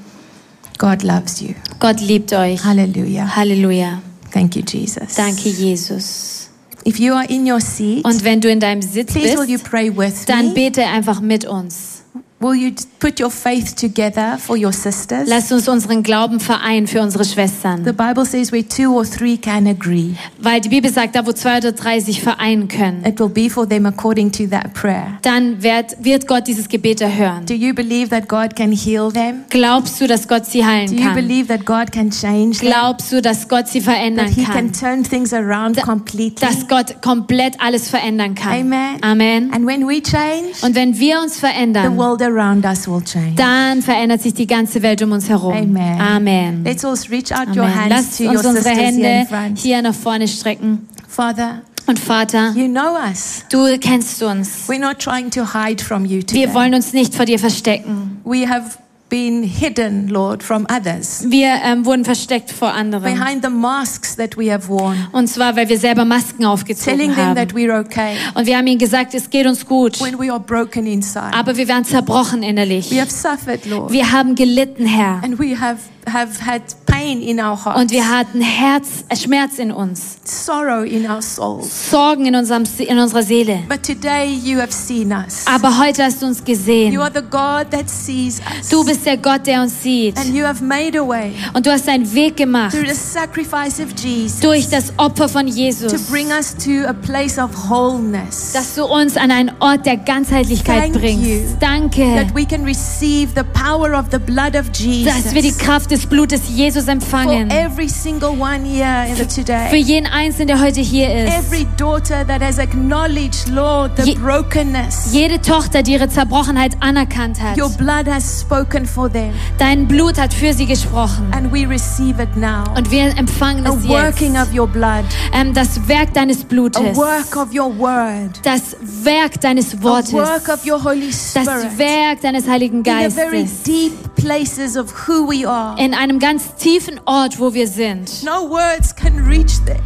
Speaker 1: God loves you.
Speaker 2: Gott liebt euch.
Speaker 1: Hallelujah.
Speaker 2: Halleluja.
Speaker 1: Thank you, Jesus.
Speaker 2: Danke, Jesus.
Speaker 1: If you are in your seat,
Speaker 2: Und wenn du in deinem Sitz
Speaker 1: please will you
Speaker 2: bist,
Speaker 1: pray with
Speaker 2: dann
Speaker 1: me?
Speaker 2: bete einfach mit uns.
Speaker 1: Will you t- put your faith together for your sisters?
Speaker 2: Lass uns unseren Glauben vereinen für unsere
Speaker 1: The
Speaker 2: Schwestern.
Speaker 1: Bible says where two or three can agree,
Speaker 2: Weil die Bibel sagt, da wo zwei oder drei sich vereinen können,
Speaker 1: it will be for them according to that prayer.
Speaker 2: dann wird, wird Gott dieses Gebet erhören.
Speaker 1: Do you believe that God can heal them?
Speaker 2: Glaubst du, dass Gott sie heilen
Speaker 1: Do you
Speaker 2: kann?
Speaker 1: believe that God can change them?
Speaker 2: Glaubst du, dass Gott sie
Speaker 1: That
Speaker 2: verändern
Speaker 1: He can
Speaker 2: kann?
Speaker 1: turn things around completely?
Speaker 2: Dass Gott komplett alles verändern kann.
Speaker 1: Amen.
Speaker 2: Amen.
Speaker 1: And when we change,
Speaker 2: Und wenn wir uns
Speaker 1: the
Speaker 2: verändern,
Speaker 1: world around us will change.
Speaker 2: dann verändert sich die ganze Welt um uns herum.
Speaker 1: Amen.
Speaker 2: Amen.
Speaker 1: Let's all reach out your
Speaker 2: Amen.
Speaker 1: hands
Speaker 2: Lasst
Speaker 1: to your
Speaker 2: uns unsere
Speaker 1: sisters here in
Speaker 2: Hände
Speaker 1: front.
Speaker 2: hier nach vorne strecken.
Speaker 1: Father,
Speaker 2: Und Vater,
Speaker 1: you know us.
Speaker 2: du kennst uns.
Speaker 1: We're not trying to hide from you today.
Speaker 2: Wir wollen uns nicht vor dir verstecken.
Speaker 1: We have been hidden, Lord, from others
Speaker 2: Wir ähm, wurden versteckt vor anderen.
Speaker 1: behind the masks that we have worn,
Speaker 2: Und zwar, weil wir selber Masken
Speaker 1: telling
Speaker 2: aufgezogen
Speaker 1: them that
Speaker 2: haben.
Speaker 1: we're okay
Speaker 2: Und wir haben ihnen gesagt, es geht uns gut.
Speaker 1: when we are broken inside.
Speaker 2: Aber wir waren zerbrochen innerlich.
Speaker 1: We have suffered, Lord,
Speaker 2: Wir haben gelitten, Herr.
Speaker 1: and we have, have had pain in our
Speaker 2: Und
Speaker 1: hearts,
Speaker 2: wir hatten Herz, äh, Schmerz in uns.
Speaker 1: sorrow in our souls.
Speaker 2: Sorgen in, unserem, Se- in unserer Seele.
Speaker 1: But today you have seen us.
Speaker 2: Aber heute hast du uns
Speaker 1: You
Speaker 2: gesehen.
Speaker 1: are the God that sees us.
Speaker 2: Du bist der Gott, der uns sieht.
Speaker 1: And you have made a way
Speaker 2: Und du hast deinen Weg gemacht.
Speaker 1: through the sacrifice of Jesus
Speaker 2: Durch das Opfer von
Speaker 1: to
Speaker 2: Jesus.
Speaker 1: bring us to a place of wholeness.
Speaker 2: dass du uns an einen Ort der Ganzheitlichkeit
Speaker 1: Thank you.
Speaker 2: bringst. Danke,
Speaker 1: that we can receive the power of the blood of
Speaker 2: dass wir die
Speaker 1: Jesus
Speaker 2: Kraft des Blutes Jesus
Speaker 1: for
Speaker 2: empfangen.
Speaker 1: every single one here in the
Speaker 2: Für
Speaker 1: today.
Speaker 2: jeden Einzelnen, der heute hier ist.
Speaker 1: Every daughter that has acknowledged, Lord, the
Speaker 2: Ye-
Speaker 1: brokenness,
Speaker 2: Jede Tochter, die ihre Zerbrochenheit anerkannt hat.
Speaker 1: your blood has spoken for them,
Speaker 2: Dein Blut hat für sie gesprochen.
Speaker 1: and we receive it now.
Speaker 2: Und wir empfangen
Speaker 1: A
Speaker 2: es
Speaker 1: working
Speaker 2: jetzt.
Speaker 1: of your blood,
Speaker 2: Ähm, das Werk deines
Speaker 1: a
Speaker 2: Blutes.
Speaker 1: work of your word,
Speaker 2: Das Werk deines
Speaker 1: a
Speaker 2: Wortes.
Speaker 1: work of your Holy
Speaker 2: Das
Speaker 1: Spirit.
Speaker 2: Werk deines Heiligen
Speaker 1: In the very
Speaker 2: Geistes.
Speaker 1: deep places of who we are.
Speaker 2: In einem ganz tiefen Ort, wo wir sind.
Speaker 1: No words can reach there.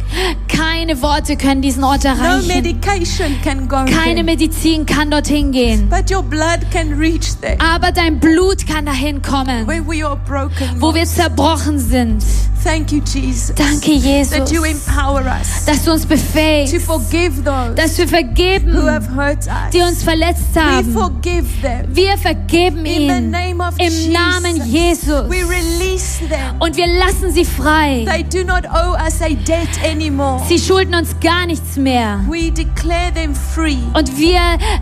Speaker 2: Keine Worte können diesen Ort
Speaker 1: No
Speaker 2: erreichen.
Speaker 1: medication can go
Speaker 2: Keine
Speaker 1: there.
Speaker 2: Medizin kann dorthin gehen.
Speaker 1: But your blood can reach there.
Speaker 2: Aber dein Blut kann dahin kommen,
Speaker 1: Where we are broken.
Speaker 2: wo wir zerbrochen sind.
Speaker 1: Thank you, Jesus.
Speaker 2: Danke,
Speaker 1: That you
Speaker 2: Jesus,
Speaker 1: empower us
Speaker 2: dass du uns
Speaker 1: to
Speaker 2: befähigst,
Speaker 1: forgive those
Speaker 2: dass wir
Speaker 1: who have
Speaker 2: vergeben,
Speaker 1: hurt us.
Speaker 2: die uns verletzt
Speaker 1: We
Speaker 2: haben.
Speaker 1: forgive them.
Speaker 2: Wir
Speaker 1: In
Speaker 2: vergeben
Speaker 1: the
Speaker 2: ihnen
Speaker 1: name of Jesus.
Speaker 2: im Namen Jesus.
Speaker 1: We release them.
Speaker 2: Und wir lassen sie frei.
Speaker 1: They do not owe us a debt anymore.
Speaker 2: Sie schulden uns gar nichts mehr.
Speaker 1: We declare them free
Speaker 2: Und wir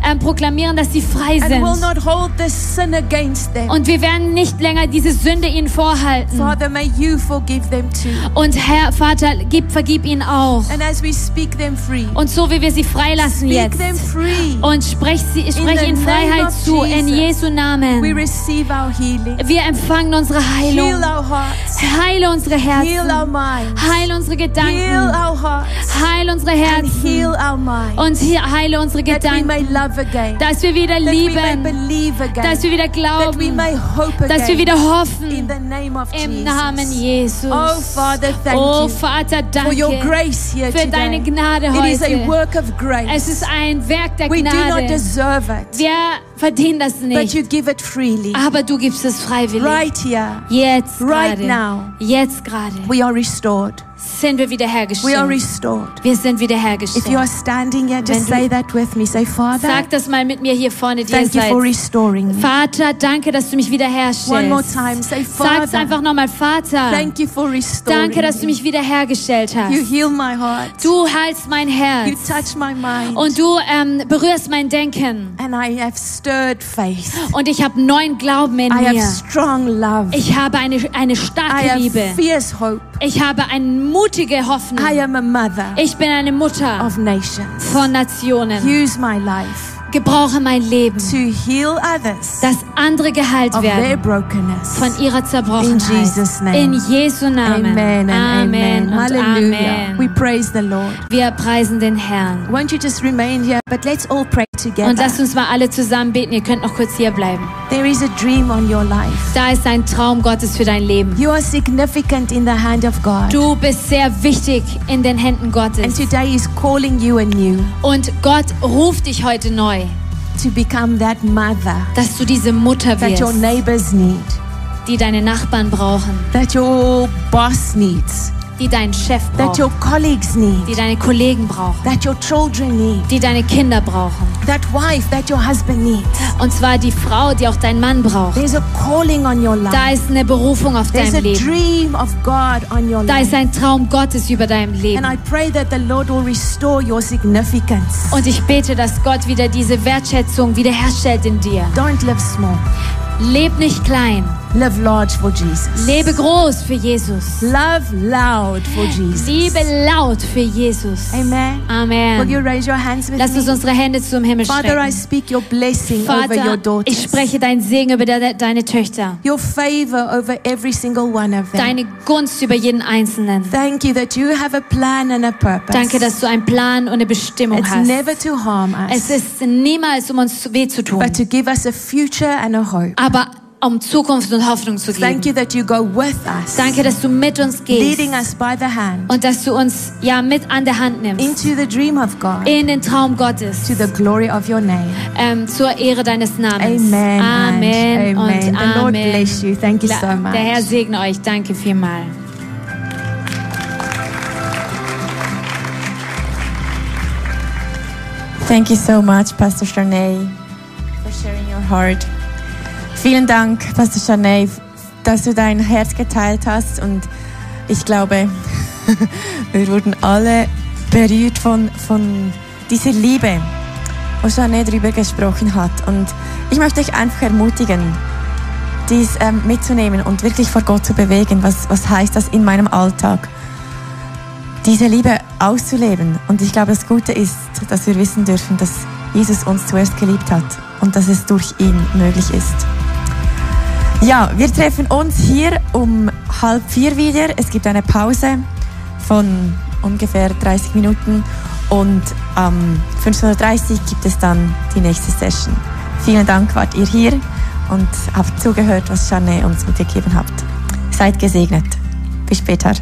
Speaker 2: ähm, proklamieren, dass sie frei
Speaker 1: and will
Speaker 2: sind.
Speaker 1: not hold this sin against them.
Speaker 2: Und wir werden nicht länger diese Sünde ihnen vorhalten.
Speaker 1: Father, may you forgive them too.
Speaker 2: Und Herr, Vater, gib, vergib ihnen auch.
Speaker 1: And as we speak them free,
Speaker 2: Und so wie wir sie freilassen
Speaker 1: speak
Speaker 2: jetzt.
Speaker 1: them free.
Speaker 2: Und sprech sie, sprech
Speaker 1: the
Speaker 2: ihnen
Speaker 1: name
Speaker 2: Freiheit
Speaker 1: of
Speaker 2: zu, in
Speaker 1: Jesus.
Speaker 2: Jesu
Speaker 1: We
Speaker 2: Namen.
Speaker 1: receive our healing.
Speaker 2: Wir empfangen unsere
Speaker 1: Heal
Speaker 2: Heilung.
Speaker 1: our hearts.
Speaker 2: Heile unsere
Speaker 1: Heal our
Speaker 2: Herzen.
Speaker 1: minds.
Speaker 2: Heile unsere
Speaker 1: Heal
Speaker 2: Gedanken.
Speaker 1: our hearts.
Speaker 2: Heile unsere
Speaker 1: And heal
Speaker 2: Herzen.
Speaker 1: our minds.
Speaker 2: Und he- heile unsere
Speaker 1: That we may
Speaker 2: Gedanken.
Speaker 1: love again.
Speaker 2: Dass wir wieder
Speaker 1: That we may
Speaker 2: lieben.
Speaker 1: believe
Speaker 2: Dass
Speaker 1: again.
Speaker 2: wir wieder
Speaker 1: That we
Speaker 2: glauben.
Speaker 1: may hope
Speaker 2: Dass wir
Speaker 1: again.
Speaker 2: wieder
Speaker 1: In
Speaker 2: hoffen.
Speaker 1: the name of
Speaker 2: Im Namen
Speaker 1: Jesus.
Speaker 2: Jesus.
Speaker 1: Oh, Father, thank
Speaker 2: Oh,
Speaker 1: you
Speaker 2: Vater,
Speaker 1: For your
Speaker 2: danke
Speaker 1: grace here
Speaker 2: für deine
Speaker 1: today.
Speaker 2: Gnade
Speaker 1: It is a
Speaker 2: heute.
Speaker 1: work of
Speaker 2: Es
Speaker 1: grace.
Speaker 2: ist ein Werk der
Speaker 1: We do not
Speaker 2: Gnade.
Speaker 1: deserve it.
Speaker 2: Wir verdienen das
Speaker 1: But
Speaker 2: nicht.
Speaker 1: you give it freely.
Speaker 2: Aber du gibst es freiwillig.
Speaker 1: Right here,
Speaker 2: Jetzt
Speaker 1: right
Speaker 2: gerade.
Speaker 1: now,
Speaker 2: Jetzt gerade
Speaker 1: we are restored.
Speaker 2: sind wir
Speaker 1: We are
Speaker 2: wiederhergestellt.
Speaker 1: restored.
Speaker 2: Wir sind
Speaker 1: If you are
Speaker 2: wiederhergestellt.
Speaker 1: standing here, just
Speaker 2: Wenn du-
Speaker 1: say that with me. Say, Father,
Speaker 2: Sag das mal mit mir hier vorne, die ihr
Speaker 1: thank you for
Speaker 2: seid.
Speaker 1: restoring me.
Speaker 2: Vater, danke, dass du mich
Speaker 1: One more
Speaker 2: wiederherstellst.
Speaker 1: time, say,
Speaker 2: Sag's
Speaker 1: Father,
Speaker 2: einfach nochmal, Vater.
Speaker 1: thank you for restoring
Speaker 2: Danke, dass du
Speaker 1: me.
Speaker 2: mich wiederhergestellt
Speaker 1: You
Speaker 2: hast.
Speaker 1: heal my heart.
Speaker 2: Du heilst mein
Speaker 1: You
Speaker 2: Herz
Speaker 1: touch my mind.
Speaker 2: und du ähm, berührst mein Denken.
Speaker 1: And I have stirred faith.
Speaker 2: Und ich habe neuen Glauben in
Speaker 1: I have
Speaker 2: mir.
Speaker 1: strong love.
Speaker 2: Ich habe eine, eine
Speaker 1: I
Speaker 2: starke
Speaker 1: have
Speaker 2: Liebe.
Speaker 1: fierce hope.
Speaker 2: Ich habe eine mutige
Speaker 1: I
Speaker 2: Hoffnung.
Speaker 1: am a mother
Speaker 2: Ich bin eine Mutter.
Speaker 1: of nations.
Speaker 2: von Nationen.
Speaker 1: Use my life
Speaker 2: Gebrauche mein Leben,
Speaker 1: to heal others
Speaker 2: dass andere geheilt
Speaker 1: of their
Speaker 2: werden
Speaker 1: brokenness.
Speaker 2: von ihrer Zerbrochenheit.
Speaker 1: In Jesus' name.
Speaker 2: In Jesu Namen.
Speaker 1: Amen and amen.
Speaker 2: Amen. und
Speaker 1: Hallelujah. We
Speaker 2: Amen.
Speaker 1: praise the Lord.
Speaker 2: Wir preisen den Herrn.
Speaker 1: Won't you just remain here? But let's all pray together.
Speaker 2: Und lasst uns mal alle zusammen beten. Ihr könnt noch kurz hier bleiben.
Speaker 1: There is a dream on your life.
Speaker 2: Da ist ein Traum Gottes für dein Leben.
Speaker 1: You are significant in the hand of God.
Speaker 2: Du bist sehr wichtig in den Händen
Speaker 1: And
Speaker 2: Gottes.
Speaker 1: today He's calling you anew
Speaker 2: Und Gott ruft dich heute neu,
Speaker 1: to become that mother
Speaker 2: dass du diese Mutter
Speaker 1: that your
Speaker 2: wirst,
Speaker 1: neighbors need,
Speaker 2: die deine Nachbarn brauchen,
Speaker 1: that your boss needs,
Speaker 2: die dein Chef
Speaker 1: that
Speaker 2: braucht,
Speaker 1: your colleagues need,
Speaker 2: die deine Kollegen brauchen,
Speaker 1: that your children need,
Speaker 2: die deine Kinder brauchen.
Speaker 1: that wife that your husband needs.
Speaker 2: Und zwar die Frau, die auch dein Mann braucht.
Speaker 1: There's a calling on your
Speaker 2: Da
Speaker 1: life.
Speaker 2: ist eine Berufung auf
Speaker 1: There's
Speaker 2: deinem
Speaker 1: a
Speaker 2: Leben.
Speaker 1: dream of God on your
Speaker 2: Da
Speaker 1: life.
Speaker 2: ist ein Traum Gottes über deinem
Speaker 1: And I
Speaker 2: Leben.
Speaker 1: pray that the Lord will restore your significance.
Speaker 2: Und ich bete, dass Gott wieder diese Wertschätzung wiederherstellt in dir.
Speaker 1: Don't live small.
Speaker 2: Leb nicht klein,
Speaker 1: Live large for Jesus.
Speaker 2: lebe groß für Jesus.
Speaker 1: Love loud for Jesus.
Speaker 2: Liebe laut für Jesus.
Speaker 1: Amen. Will you
Speaker 2: Amen.
Speaker 1: raise your hands with
Speaker 2: Lass uns
Speaker 1: me?
Speaker 2: unsere Hände zum Himmel
Speaker 1: Father, I
Speaker 2: strecken.
Speaker 1: speak your blessing over your
Speaker 2: Vater,
Speaker 1: daughters.
Speaker 2: ich spreche deinen Segen über de deine Töchter,
Speaker 1: your favor over every single one of them.
Speaker 2: deine Gunst über jeden Einzelnen.
Speaker 1: Thank you that you have a plan and a purpose.
Speaker 2: Danke, dass du einen Plan und eine Bestimmung
Speaker 1: it's
Speaker 2: hast.
Speaker 1: never to harm us,
Speaker 2: Es ist niemals, um uns weh zu tun,
Speaker 1: but to give us a future and a hope.
Speaker 2: aber um Zukunft und Hoffnung zu
Speaker 1: Thank
Speaker 2: geben.
Speaker 1: you that you go with us,
Speaker 2: Danke, dass du mit uns gehst
Speaker 1: leading us by the hand
Speaker 2: und dass du uns ja mit an der Hand nimmst
Speaker 1: into the dream of God,
Speaker 2: in den Traum Gottes
Speaker 1: to the glory of your name.
Speaker 2: ähm, zur Ehre deines Namens.
Speaker 1: Amen. and amen.
Speaker 2: Amen und
Speaker 1: The Lord
Speaker 2: Amen.
Speaker 1: bless you. Thank you so
Speaker 2: La-
Speaker 1: much.
Speaker 2: Der Herr segne euch. Danke vielmal.
Speaker 3: Thank you so much, Pastor Charney, for sharing your heart. Vielen Dank, Pastor Charney, dass du dein Herz geteilt hast und ich glaube, wir wurden alle berührt von, von dieser Liebe, wo Charney darüber gesprochen hat. Und ich möchte dich einfach ermutigen, dies ähm, mitzunehmen und wirklich vor Gott zu bewegen. Was, was heißt das in meinem Alltag? diese Liebe auszuleben. Und ich glaube, das Gute ist, dass wir wissen dürfen, dass Jesus uns zuerst geliebt hat und dass es durch ihn möglich ist. Ja, wir treffen uns hier um halb vier wieder. Es gibt eine Pause von ungefähr 30 Minuten und am 15.30 Uhr gibt es dann die nächste Session. Vielen Dank, wart ihr hier und habt zugehört, was Janne uns mitgegeben hat. Seid gesegnet. Bis später.